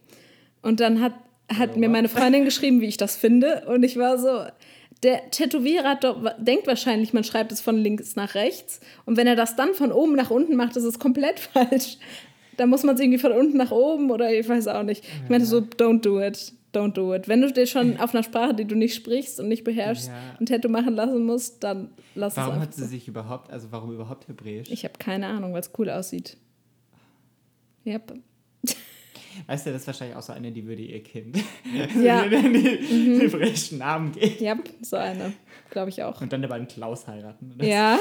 Speaker 2: Und dann hat, hat mir meine Freundin geschrieben, wie ich das finde. Und ich war so, der Tätowierer hat doch, denkt wahrscheinlich, man schreibt es von links nach rechts. Und wenn er das dann von oben nach unten macht, ist es komplett falsch. Da muss man es irgendwie von unten nach oben oder ich weiß auch nicht. Ich meinte so, don't do it, don't do it. Wenn du dir schon auf einer Sprache, die du nicht sprichst und nicht beherrschst,
Speaker 1: Ja.
Speaker 2: ein Tattoo machen lassen musst, dann lass es
Speaker 1: Warum
Speaker 2: einfach.
Speaker 1: hat sie sich überhaupt, also warum überhaupt Hebräisch?
Speaker 2: Ich habe keine Ahnung, weil es cool aussieht. Yep.
Speaker 1: Weißt du, das ist wahrscheinlich auch so eine, die würde ihr Kind
Speaker 2: Ja. Mhm.
Speaker 1: den hebräischen Namen geben.
Speaker 2: Yep, so eine. Glaube ich auch.
Speaker 1: Und dann aber einen Klaus heiraten. Oder?
Speaker 2: Ja.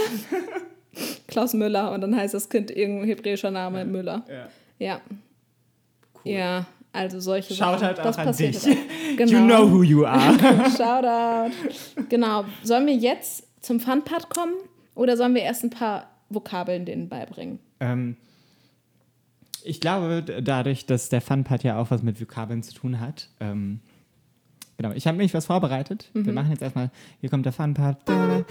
Speaker 2: Klaus Müller und dann heißt das Kind irgendein hebräischer Name Müller.
Speaker 1: Ja.
Speaker 2: Ja.
Speaker 1: Cool.
Speaker 2: Ja. Also solche
Speaker 1: Shoutout
Speaker 2: Sachen.
Speaker 1: auch
Speaker 2: das
Speaker 1: an
Speaker 2: passiert
Speaker 1: dich.
Speaker 2: halt. Genau.
Speaker 1: You know who you are.
Speaker 2: Shoutout. Genau. Sollen wir jetzt zum Fun-Part kommen oder sollen wir erst ein paar Vokabeln denen beibringen?
Speaker 1: ähm, ich glaube, d- dadurch, dass der Fun-Part ja auch was mit Vokabeln zu tun hat. Ähm, genau, ich habe nämlich was vorbereitet.
Speaker 2: Mhm.
Speaker 1: Wir machen jetzt erstmal, hier kommt der Fun-Part.
Speaker 2: Ah,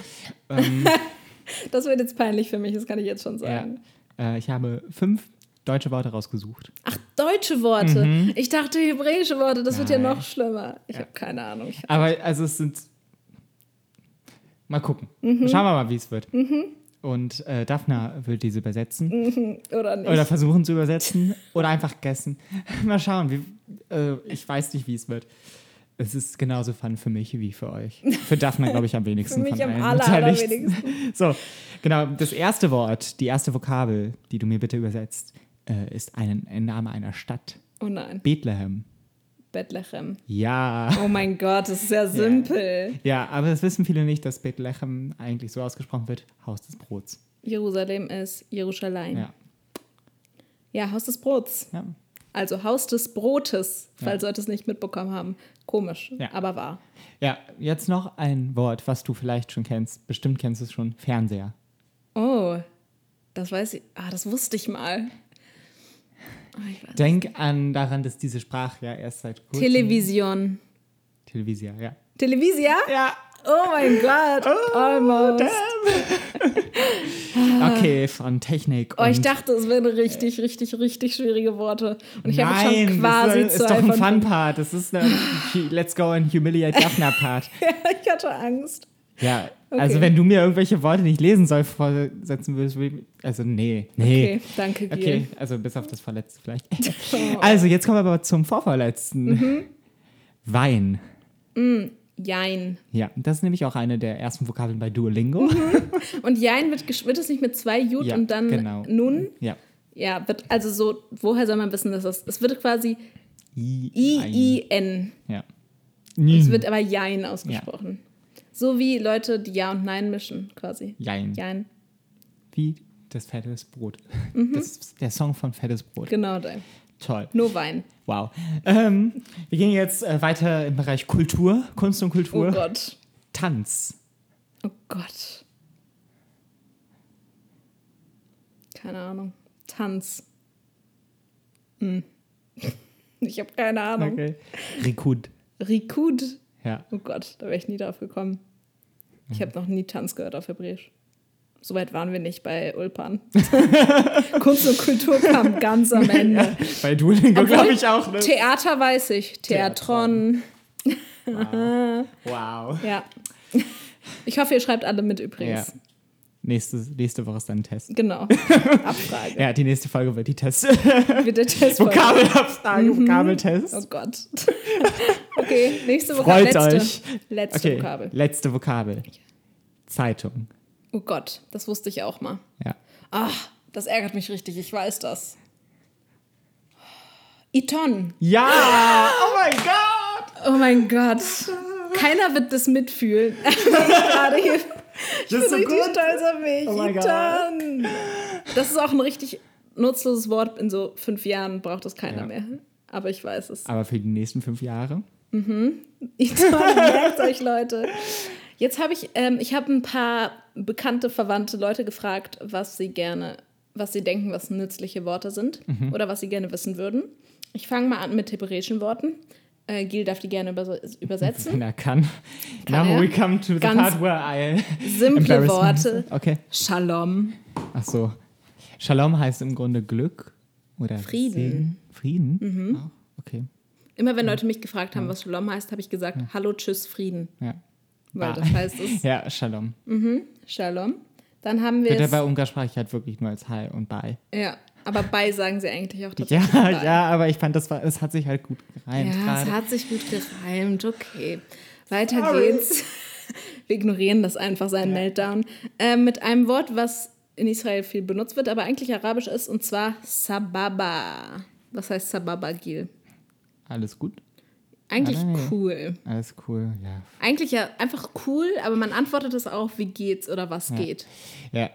Speaker 2: Das wird jetzt peinlich für mich, das kann ich jetzt schon
Speaker 1: Ja.
Speaker 2: sagen.
Speaker 1: Äh, ich habe fünf deutsche Worte rausgesucht.
Speaker 2: Ach, deutsche Worte. Ich dachte hebräische Worte, das wird ja
Speaker 1: Mhm. Nein.
Speaker 2: noch schlimmer. Ich
Speaker 1: Ja.
Speaker 2: habe keine Ahnung. Ich,
Speaker 1: Aber also es sind. Mal gucken.
Speaker 2: Mhm.
Speaker 1: Schauen wir mal, wie es wird. Und äh, Daphna wird diese übersetzen.
Speaker 2: Mhm. oder nicht.
Speaker 1: Oder versuchen zu übersetzen. Oder einfach gessen. mal schauen. Wie, äh, ich weiß nicht, wie es wird. Es ist genauso fun für mich wie für euch. Für Daphna, glaube ich, am wenigsten.
Speaker 2: mich
Speaker 1: von
Speaker 2: am
Speaker 1: allen
Speaker 2: aller-
Speaker 1: Beteiligten. So, genau. Das erste Wort, die erste Vokabel, die du mir bitte übersetzt, äh, ist ein, ein Name einer Stadt.
Speaker 2: oh nein,
Speaker 1: Bethlehem.
Speaker 2: Bethlehem.
Speaker 1: Ja.
Speaker 2: Oh mein Gott, das ist ja simpel.
Speaker 1: Ja, aber das wissen viele nicht, dass Bethlehem eigentlich so ausgesprochen wird: Haus des Brots.
Speaker 2: Jerusalem ist Jerusalem. Ja.
Speaker 1: Ja.
Speaker 2: Haus des Brots.
Speaker 1: ja.
Speaker 2: Also Haus des Brotes, falls Leute es nicht mitbekommen haben. Komisch,
Speaker 1: Ja.
Speaker 2: aber wahr.
Speaker 1: Ja, jetzt noch ein Wort, was du vielleicht schon kennst. Bestimmt kennst du es schon: Fernseher.
Speaker 2: Oh, das weiß ich. Ah, das wusste ich mal. Oh, ich weiß.
Speaker 1: Denk an daran, dass diese Sprache ja erst seit kurzem.
Speaker 2: Television.
Speaker 1: Television, ja.
Speaker 2: Television?
Speaker 1: Ja.
Speaker 2: Oh mein Gott,
Speaker 1: Oh,
Speaker 2: almost.
Speaker 1: Okay, von Technik.
Speaker 2: Oh, ich
Speaker 1: und
Speaker 2: dachte, es wären richtig, richtig, richtig schwierige Worte. Und ich habe
Speaker 1: Nein,
Speaker 2: schon quasi
Speaker 1: das ist,
Speaker 2: zwei
Speaker 1: ist doch ein
Speaker 2: von-
Speaker 1: Fun-Part. Das ist ein Let's Go and Humiliate Daphna-Part.
Speaker 2: ich hatte Angst.
Speaker 1: Ja,
Speaker 2: Okay.
Speaker 1: also wenn du mir irgendwelche Worte nicht lesen soll, vorsetzen würdest, würde ich- also nee, nee.
Speaker 2: Okay, danke, Gil.
Speaker 1: Okay, also bis auf das Verletzte vielleicht.
Speaker 2: Oh.
Speaker 1: Also jetzt kommen wir aber zum Vorverletzten.
Speaker 2: Mhm.
Speaker 1: Wein.
Speaker 2: Jein.
Speaker 1: Ja, das ist nämlich auch eine der ersten Vokabeln bei Duolingo.
Speaker 2: Mhm. Und Jein wird, gesch- wird es nicht mit zwei Jut
Speaker 1: Ja,
Speaker 2: und dann
Speaker 1: genau.
Speaker 2: Nun?
Speaker 1: Ja.
Speaker 2: Ja, wird, also so, woher soll man wissen, dass das. Es wird quasi
Speaker 1: I,
Speaker 2: I-I-N.
Speaker 1: Ja.
Speaker 2: Es
Speaker 1: Nin.
Speaker 2: wird aber Jein ausgesprochen. So wie Leute, die Ja und Nein mischen, quasi.
Speaker 1: Jein.
Speaker 2: Jein.
Speaker 1: Wie das fettes Brot.
Speaker 2: Mhm.
Speaker 1: Das ist der Song von Fettes Brot.
Speaker 2: Genau dein.
Speaker 1: Toll.
Speaker 2: Nur Wein.
Speaker 1: Wow. Ähm, wir gehen jetzt äh, weiter im Bereich Kultur, Kunst und Kultur.
Speaker 2: Oh Gott.
Speaker 1: Tanz.
Speaker 2: Oh Gott. Keine Ahnung. Tanz. Hm. Ich habe keine Ahnung.
Speaker 1: Okay. Rikud.
Speaker 2: Rikud.
Speaker 1: Ja.
Speaker 2: Oh Gott, da wäre ich nie drauf gekommen. Ich
Speaker 1: Mhm.
Speaker 2: habe noch nie Tanz gehört auf Hebräisch. Soweit waren wir nicht bei Ulpan. Kunst und Kultur kam ganz am Ende.
Speaker 1: Bei Duolingo
Speaker 2: Obwohl-
Speaker 1: glaube ich auch. Ne?
Speaker 2: Theater weiß ich. Theatron.
Speaker 1: Wow.
Speaker 2: Ja. Ich hoffe, ihr schreibt alle mit übrigens.
Speaker 1: Ja. Nächste, nächste Woche ist dann ein Test.
Speaker 2: Genau. Abfrage.
Speaker 1: Ja, die nächste Folge wird die Test.
Speaker 2: Wird der Test
Speaker 1: Vokabelabfrage,
Speaker 2: Oh
Speaker 1: Vokabeltest.
Speaker 2: Gott. Okay, nächste Vokabel.
Speaker 1: Freut
Speaker 2: letzte.
Speaker 1: euch.
Speaker 2: Letzte
Speaker 1: Okay,
Speaker 2: Vokabel.
Speaker 1: letzte Vokabel. Zeitung.
Speaker 2: Oh Gott, das wusste ich auch mal.
Speaker 1: Ja.
Speaker 2: Ach, das ärgert mich richtig, ich weiß das. Iton.
Speaker 1: Ja! Oh mein Gott!
Speaker 2: Oh mein Gott. Keiner wird das mitfühlen. Ich bin gerade hier. Ich
Speaker 1: Das
Speaker 2: bin
Speaker 1: ist so
Speaker 2: richtig
Speaker 1: gut.
Speaker 2: stolz auf mich.
Speaker 1: Oh mein Gott.
Speaker 2: Iton. Das ist auch ein richtig nutzloses Wort. In so fünf Jahren braucht das keiner
Speaker 1: Ja.
Speaker 2: mehr. Aber ich weiß es.
Speaker 1: Aber für die nächsten fünf Jahre?
Speaker 2: Iton, merkt euch, Leute. Jetzt habe ich, ähm, ich habe ein paar bekannte, verwandte Leute gefragt, was sie gerne, was sie denken, was nützliche Worte sind
Speaker 1: Mhm.
Speaker 2: oder was sie gerne wissen würden. Ich fange mal an mit hebräischen Worten. Äh, Gil darf die gerne übers übersetzen.
Speaker 1: Wenn er kann.
Speaker 2: Kann
Speaker 1: Now
Speaker 2: er?
Speaker 1: we come to the
Speaker 2: Ganz
Speaker 1: part where I
Speaker 2: Simple
Speaker 1: embarrass
Speaker 2: Worte.
Speaker 1: myself. Okay.
Speaker 2: Shalom.
Speaker 1: Ach so. Shalom heißt im Grunde Glück oder
Speaker 2: Frieden. Mhm.
Speaker 1: Segen. Frieden? Ah, okay.
Speaker 2: Immer wenn Leute mich gefragt haben, was Shalom heißt, habe ich gesagt, Hallo, Tschüss, Frieden.
Speaker 1: Ja.
Speaker 2: Weil
Speaker 1: Ah.
Speaker 2: das heißt es
Speaker 1: Ja, Shalom.
Speaker 2: Shalom. Dann haben wir
Speaker 1: Wird ja
Speaker 2: es,
Speaker 1: bei Ungarsprachig halt wirklich nur als Hi und Bye.
Speaker 2: ja, aber bei sagen sie eigentlich auch
Speaker 1: Ja,
Speaker 2: tatsächlich bei.
Speaker 1: ja, aber ich fand, das war, es hat sich halt gut gereimt.
Speaker 2: Ja, es
Speaker 1: gerade.
Speaker 2: hat sich gut gereimt, okay. Weiter
Speaker 1: Sorry.
Speaker 2: geht's. Wir ignorieren das einfach, seinen Meltdown. Ähm, mit einem Wort, was in Israel viel benutzt wird, aber eigentlich arabisch ist, und zwar Sababa. Was heißt Sababa, Gil?
Speaker 1: Alles gut?
Speaker 2: Eigentlich
Speaker 1: Ah, nee.
Speaker 2: cool.
Speaker 1: Alles cool, ja.
Speaker 2: Eigentlich ja einfach cool, aber man antwortet es auch, wie geht's oder was geht.
Speaker 1: Ja,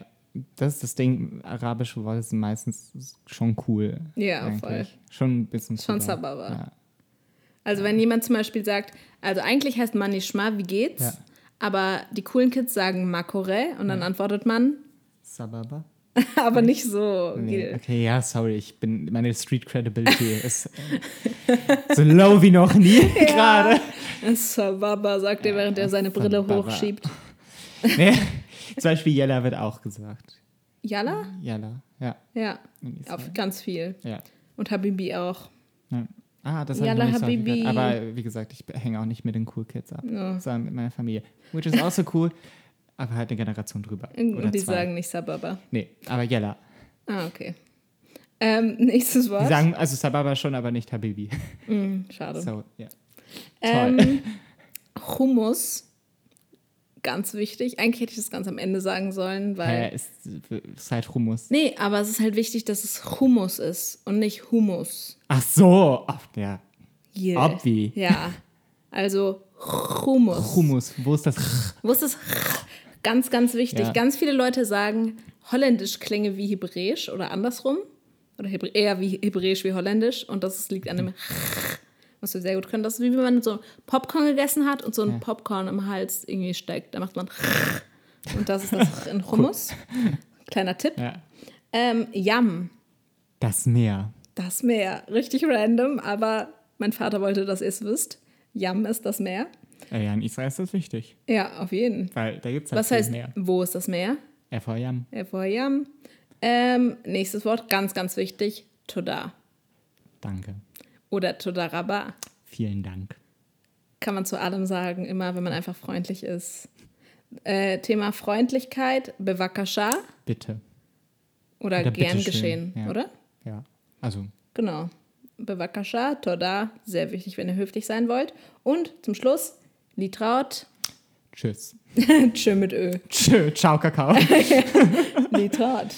Speaker 1: das ist das Ding, arabische Worte sind meistens schon cool.
Speaker 2: Ja, voll.
Speaker 1: Schon ein bisschen
Speaker 2: Schon
Speaker 1: cooler.
Speaker 2: Sababa.
Speaker 1: Ja.
Speaker 2: Also wenn jemand zum Beispiel sagt, also eigentlich heißt Manishma, wie geht's?
Speaker 1: Ja.
Speaker 2: Aber die coolen Kids sagen Makore und dann antwortet man,
Speaker 1: Sababa?
Speaker 2: aber nicht so.
Speaker 1: Nee.
Speaker 2: Gil.
Speaker 1: Okay, ja, sorry, ich bin, meine Street Credibility ist äh, so low wie noch nie gerade.
Speaker 2: Sababa, sagt er, während er seine Brille
Speaker 1: Sababa.
Speaker 2: hochschiebt.
Speaker 1: Nee. Zum Beispiel Jella wird auch gesagt.
Speaker 2: Yalla?
Speaker 1: Jella, ja.
Speaker 2: Ja,
Speaker 1: In Israel.
Speaker 2: auf ganz viel.
Speaker 1: ja.
Speaker 2: Und Habibi auch.
Speaker 1: ja. Ah, das habe ich
Speaker 2: Yalla
Speaker 1: noch nicht so häufig
Speaker 2: Habibi.
Speaker 1: gehört. Aber wie gesagt, ich hänge auch nicht mit den Cool Kids ab, sondern mit meiner Familie. Which is also cool, aber halt eine Generation drüber. Oder
Speaker 2: Und die
Speaker 1: zwei.
Speaker 2: sagen nicht Sababa.
Speaker 1: Nee, aber Jella.
Speaker 2: Ah, okay. Ähm, nächstes
Speaker 1: Die
Speaker 2: Wort. Hm,
Speaker 1: sagen, also Sababa schon, aber nicht Habibi.
Speaker 2: Schade.
Speaker 1: So, ja. Toll.
Speaker 2: Ähm, Hummus, ganz wichtig. Eigentlich hätte ich das ganz am Ende sagen sollen, weil.
Speaker 1: Hä, ist, ist halt Hummus.
Speaker 2: Nee, aber es ist halt wichtig, dass es Hummus ist und nicht Hummus.
Speaker 1: Ach so, ach, ja.
Speaker 2: Yeah.
Speaker 1: Obvi.
Speaker 2: Ja. Also Hummus.
Speaker 1: Hummus, wo ist das?
Speaker 2: Wo ist das? Ganz, ganz wichtig.
Speaker 1: Ja.
Speaker 2: Ganz viele Leute sagen, Holländisch klinge wie Hebräisch oder andersrum. Oder Hebrä eher wie Hebräisch wie Holländisch. Und das liegt an dem was wir sehr gut können. Das ist wie wenn man so Popcorn gegessen hat und so ein Popcorn im Hals irgendwie steckt. Da macht man und das ist das in Hummus. Kleiner Tipp.
Speaker 1: Ja.
Speaker 2: Ähm, Yam.
Speaker 1: Das Meer.
Speaker 2: Das Meer. Richtig random, aber mein Vater wollte, dass ihr es wisst. Yam ist das Meer.
Speaker 1: Äh, Ja, in Israel ist das wichtig,
Speaker 2: Ja, auf jeden.
Speaker 1: weil da gibt es halt
Speaker 2: Was
Speaker 1: viel
Speaker 2: heißt,
Speaker 1: Meer.
Speaker 2: wo ist das Meer?
Speaker 1: FOIM.
Speaker 2: Erfor Yam. Ähm, nächstes Wort, ganz, ganz wichtig. Toda.
Speaker 1: Danke.
Speaker 2: Oder Todaraba.
Speaker 1: Vielen Dank.
Speaker 2: Kann man zu allem sagen, immer, wenn man einfach freundlich ist. Äh, Thema Freundlichkeit, Bewakasha
Speaker 1: Bitte.
Speaker 2: oder,
Speaker 1: Oder
Speaker 2: gern
Speaker 1: bitteschön,
Speaker 2: geschehen,
Speaker 1: ja.
Speaker 2: oder?
Speaker 1: Ja. Also,
Speaker 2: Genau. Bewakasha, Toda, sehr wichtig, wenn ihr höflich sein wollt. Und zum Schluss, Litraut,
Speaker 1: tschüss.
Speaker 2: Tschö mit Ö.
Speaker 1: Tschö, ciao, Kakao.
Speaker 2: Litraut.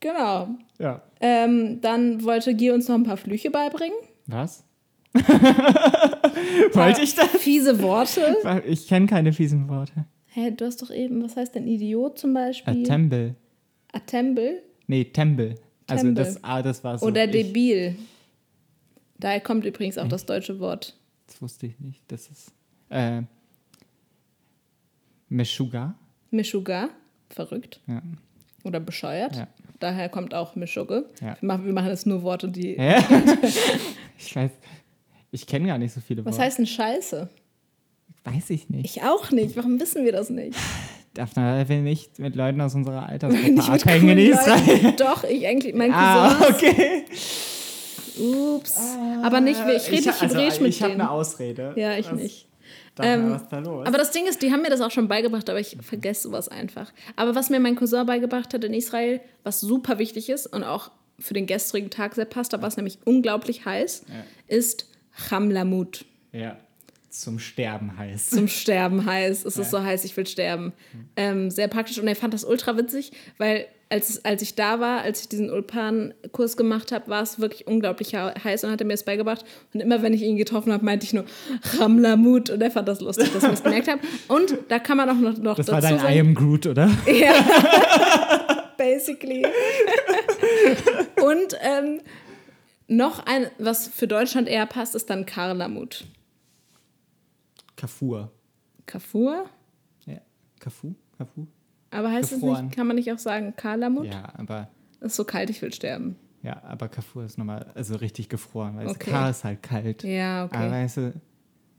Speaker 2: Genau.
Speaker 1: ja.
Speaker 2: Ähm, dann wollte Guy uns noch ein paar Flüche beibringen.
Speaker 1: Was? Wollte ich das?
Speaker 2: Fiese Worte.
Speaker 1: Ich kenne keine fiesen Worte.
Speaker 2: Hä, du hast doch eben, was heißt denn Idiot zum Beispiel?
Speaker 1: Attempel.
Speaker 2: Attempel
Speaker 1: Ah, Nee, Tempel. Also
Speaker 2: Tempel.
Speaker 1: das A, das war so.
Speaker 2: oder
Speaker 1: ich, Hm.
Speaker 2: debil. Daher kommt übrigens auch das deutsche Wort.
Speaker 1: Das wusste ich nicht. Das ist. Äh, Meshuga.
Speaker 2: Mischuga, verrückt
Speaker 1: Ja.
Speaker 2: oder bescheuert.
Speaker 1: Ja.
Speaker 2: Daher kommt auch Mischugge.
Speaker 1: Ja.
Speaker 2: Wir, machen, wir machen jetzt nur Worte, die.
Speaker 1: Ich weiß. Ich kenne gar nicht so viele
Speaker 2: Was
Speaker 1: Worte.
Speaker 2: heißt denn Scheiße?
Speaker 1: Weiß ich nicht.
Speaker 2: Ich auch nicht. Warum wissen wir das nicht?
Speaker 1: Darf wir nicht mit Leuten aus unserer
Speaker 2: Wenn
Speaker 1: Altersgruppe
Speaker 2: ich mit
Speaker 1: abhängen in
Speaker 2: coolen
Speaker 1: Israel?
Speaker 2: Leuten- Doch, ich eigentlich. Mein Cousin.
Speaker 1: Ah, okay.
Speaker 2: Ups. Aber nicht, ich rede nicht
Speaker 1: also,
Speaker 2: Hebräisch mit
Speaker 1: Ich habe
Speaker 2: denen.
Speaker 1: eine Ausrede.
Speaker 2: ja, ich
Speaker 1: was,
Speaker 2: nicht.
Speaker 1: Daphne,
Speaker 2: Ähm,
Speaker 1: was ist da los?
Speaker 2: Aber das Ding ist, die haben mir das auch schon beigebracht, aber ich vergesse sowas einfach. Aber was mir mein Cousin beigebracht hat in Israel, was super wichtig ist und auch für den gestrigen Tag sehr passt, da war es nämlich unglaublich heiß, ist Chamlamut.
Speaker 1: ja, zum Sterben heißt.
Speaker 2: Zum Sterben heiß. Es ist so heiß, ich will sterben. Ähm, sehr praktisch und er fand das ultra witzig, weil als, als ich da war, als ich diesen Ulpan-Kurs gemacht habe, war es wirklich unglaublich hau- heiß und hat er mir das beigebracht. Und immer, wenn ich ihn getroffen habe, meinte ich nur Ramlamut und er fand das lustig, dass ich das gemerkt habe. Und da kann man auch noch, noch
Speaker 1: Das
Speaker 2: dazu
Speaker 1: war dein
Speaker 2: sagen,
Speaker 1: I am Groot, oder?
Speaker 2: ja. Basically. Und ähm, noch ein, was für Deutschland eher passt, ist dann Karlamut.
Speaker 1: Kafur.
Speaker 2: Kafur?
Speaker 1: Ja. Kafu? Kafu?
Speaker 2: Aber heißt es
Speaker 1: Gefroren.
Speaker 2: nicht, kann man nicht auch sagen Karlamut?
Speaker 1: Ja, aber
Speaker 2: Ist so kalt, ich will sterben.
Speaker 1: ja, aber Kafur ist nochmal also richtig gefroren, weil
Speaker 2: Okay.
Speaker 1: okay. Kar ist halt kalt.
Speaker 2: Ja, okay.
Speaker 1: Aber weißt du,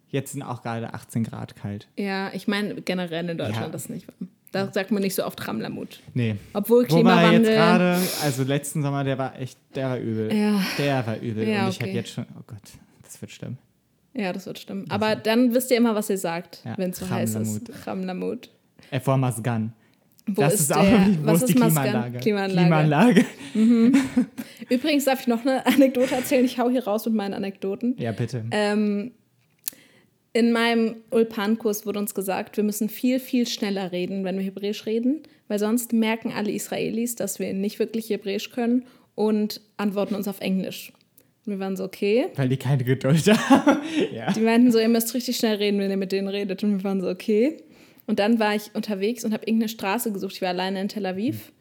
Speaker 1: jetzt sind auch gerade 18 Grad kalt.
Speaker 2: Ja, ich meine generell in Deutschland
Speaker 1: Ja.
Speaker 2: das nicht. Da sagt man nicht so oft Ramlamut.
Speaker 1: Nee.
Speaker 2: Obwohl
Speaker 1: Wobei jetzt
Speaker 2: Klimawandel-
Speaker 1: gerade, also letzten Sommer, der war echt, der war übel.
Speaker 2: Ja.
Speaker 1: Der war übel.
Speaker 2: Ja,
Speaker 1: Und ich habe
Speaker 2: okay.
Speaker 1: jetzt schon, oh Gott, das wird schlimm.
Speaker 2: Ja, das wird stimmen. Aber dann wisst ihr immer, was ihr sagt,
Speaker 1: Ja,
Speaker 2: wenn es so heiß
Speaker 1: Ramlamut.
Speaker 2: ist. Ramlamut.
Speaker 1: Erfor Äh, Masgan.
Speaker 2: Wo
Speaker 1: das
Speaker 2: ist
Speaker 1: ist, auch
Speaker 2: der-
Speaker 1: noch nicht, wo
Speaker 2: was
Speaker 1: ist die
Speaker 2: ist Masgan?
Speaker 1: Klimaanlage?
Speaker 2: Klimaanlage.
Speaker 1: Klimaanlage.
Speaker 2: Übrigens darf ich noch eine Anekdote erzählen. Ich hau hier raus mit meinen Anekdoten.
Speaker 1: Ja, bitte.
Speaker 2: Ähm, in meinem Ulpan-Kurs wurde uns gesagt, wir müssen viel, viel schneller reden, wenn wir Hebräisch reden, weil sonst merken alle Israelis, dass wir nicht wirklich Hebräisch können und antworten uns auf Englisch. Und wir waren so, okay.
Speaker 1: Weil die keine Geduld haben. ja.
Speaker 2: Die meinten so, ihr müsst richtig schnell reden, wenn ihr mit denen redet. Und wir waren so, okay. Und dann war ich unterwegs und habe irgendeine Straße gesucht. Ich war alleine in Tel Aviv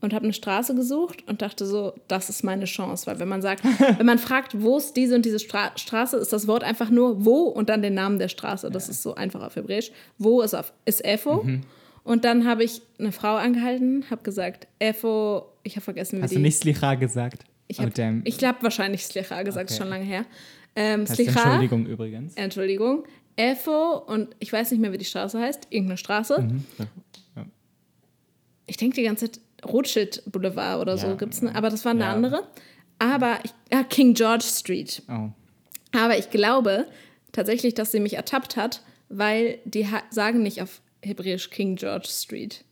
Speaker 2: und habe eine Straße gesucht und dachte so, das ist meine Chance. Weil wenn man sagt, wenn man fragt, wo ist diese und diese Stra Straße, ist das Wort einfach nur wo und dann den Namen der Straße. Das ist so einfach auf Hebräisch. Wo ist auf ist Efo.
Speaker 1: Mhm.
Speaker 2: Und dann habe ich eine Frau angehalten, habe gesagt, Efo, ich habe vergessen, wie
Speaker 1: Hast
Speaker 2: die...
Speaker 1: du nicht Slicha gesagt?
Speaker 2: ich
Speaker 1: oh,
Speaker 2: hab-
Speaker 1: damn.
Speaker 2: ich habe wahrscheinlich Slicha gesagt, ist
Speaker 1: Okay.
Speaker 2: schon lange her. Ähm,
Speaker 1: Hast
Speaker 2: Slicha,
Speaker 1: Entschuldigung übrigens.
Speaker 2: Entschuldigung, Efo und ich weiß nicht mehr, wie die Straße heißt, irgendeine
Speaker 1: Mhm.
Speaker 2: Straße. Ich denke die ganze Zeit Rothschild Boulevard oder
Speaker 1: Ja,
Speaker 2: so gibt's, ne? aber das war eine
Speaker 1: ja.
Speaker 2: andere. Aber ich, ja, King George Street.
Speaker 1: Oh.
Speaker 2: Aber ich glaube tatsächlich, dass sie mich ertappt hat, weil die ha sagen nicht auf Hebräisch King George Street,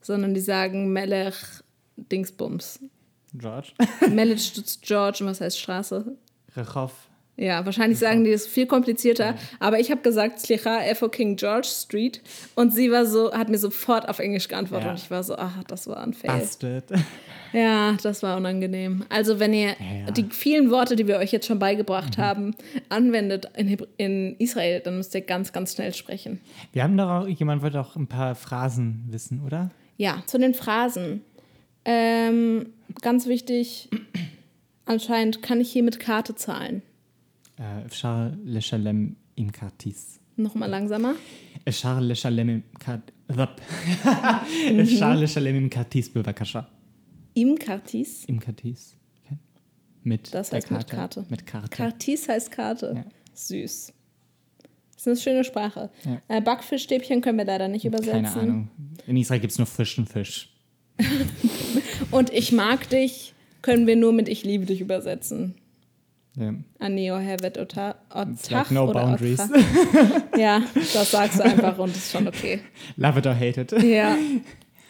Speaker 2: sondern die sagen Melech Dingsbums.
Speaker 1: George?
Speaker 2: Melech George und was heißt Straße?
Speaker 1: Rechow.
Speaker 2: Ja, wahrscheinlich sagen die das viel komplizierter. Aber ich habe gesagt, Slicha, F.O. King George Street. Und sie war so, hat mir sofort auf Englisch geantwortet.
Speaker 1: Ja.
Speaker 2: Und ich war so, ach, das war ein Fail.
Speaker 1: Bastard.
Speaker 2: Ja, das war unangenehm. Also, wenn ihr
Speaker 1: Ja. Mhm.
Speaker 2: die vielen Worte, die wir euch jetzt schon beigebracht haben, anwendet in, Hebr in Israel, dann müsst ihr ganz, ganz schnell sprechen.
Speaker 1: Wir haben doch auch, jemand wollte auch ein paar Phrasen wissen, oder?
Speaker 2: Ja, zu den Phrasen. Ähm, ganz wichtig, anscheinend kann ich hier mit Karte zahlen.
Speaker 1: Äh, Efshar Leshalem im Kartis.
Speaker 2: Nochmal langsamer.
Speaker 1: Efshar Leshalem im Kartis. Efshar Leshalem im Kartis, Bevakasha.
Speaker 2: Im Kartis.
Speaker 1: Im Kartis. Okay. Mit
Speaker 2: Das
Speaker 1: der
Speaker 2: heißt mit Karte.
Speaker 1: Mit Karte.
Speaker 2: Kartis heißt Karte.
Speaker 1: Ja.
Speaker 2: Süß. Das ist eine schöne Sprache.
Speaker 1: Ja.
Speaker 2: Äh, Backfischstäbchen können wir leider nicht übersetzen.
Speaker 1: Keine Ahnung. In Israel gibt es nur frischen Fisch.
Speaker 2: Und ich mag dich können wir nur mit Ich liebe dich übersetzen.
Speaker 1: Ja.
Speaker 2: Aneo Hevet Otach
Speaker 1: It's like no
Speaker 2: oder
Speaker 1: boundaries.
Speaker 2: Otach. Ja, das sagst du einfach und ist schon okay.
Speaker 1: Love it or hate it.
Speaker 2: Ja,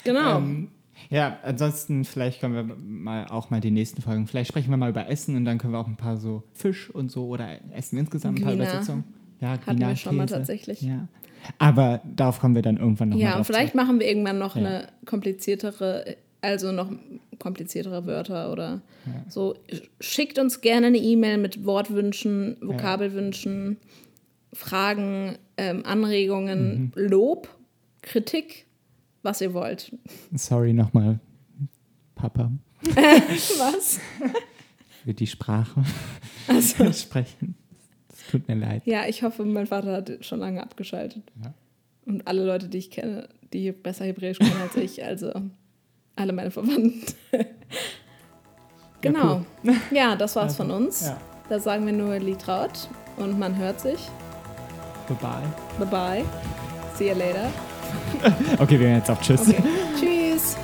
Speaker 2: genau.
Speaker 1: Ähm, ja, ansonsten vielleicht können wir mal auch mal die nächsten Folgen. Vielleicht sprechen wir mal über Essen und dann können wir auch ein paar so Fisch und so oder Essen insgesamt ein paar
Speaker 2: Gwina.
Speaker 1: Übersetzungen. Ja,
Speaker 2: Hatten wir schon mal tatsächlich.
Speaker 1: Ja. Aber darauf kommen wir dann irgendwann nochmal.
Speaker 2: ja,
Speaker 1: drauf
Speaker 2: und vielleicht
Speaker 1: zurück.
Speaker 2: machen wir irgendwann noch
Speaker 1: Ja.
Speaker 2: eine kompliziertere, also noch kompliziertere Wörter oder so. Schickt uns gerne eine E-Mail mit Wortwünschen, Vokabelwünschen, Fragen, ähm,
Speaker 1: Mhm.
Speaker 2: Anregungen, Lob, Kritik, was ihr wollt.
Speaker 1: Sorry nochmal, Papa,
Speaker 2: Was?
Speaker 1: für die Sprache
Speaker 2: Also,
Speaker 1: sprechen. Es tut mir leid.
Speaker 2: Ja, ich hoffe, mein Vater hat schon lange abgeschaltet.
Speaker 1: Ja.
Speaker 2: Und alle Leute, die ich kenne, die besser Hebräisch können als ich, also alle meine Verwandten. genau. Ja, das war's von uns.
Speaker 1: Also, Ja.
Speaker 2: Da sagen wir nur Litraut und man hört sich.
Speaker 1: Goodbye.
Speaker 2: Bye bye. See you later.
Speaker 1: Okay, wir hören jetzt auf Tschüss.
Speaker 2: Okay. Tschüss.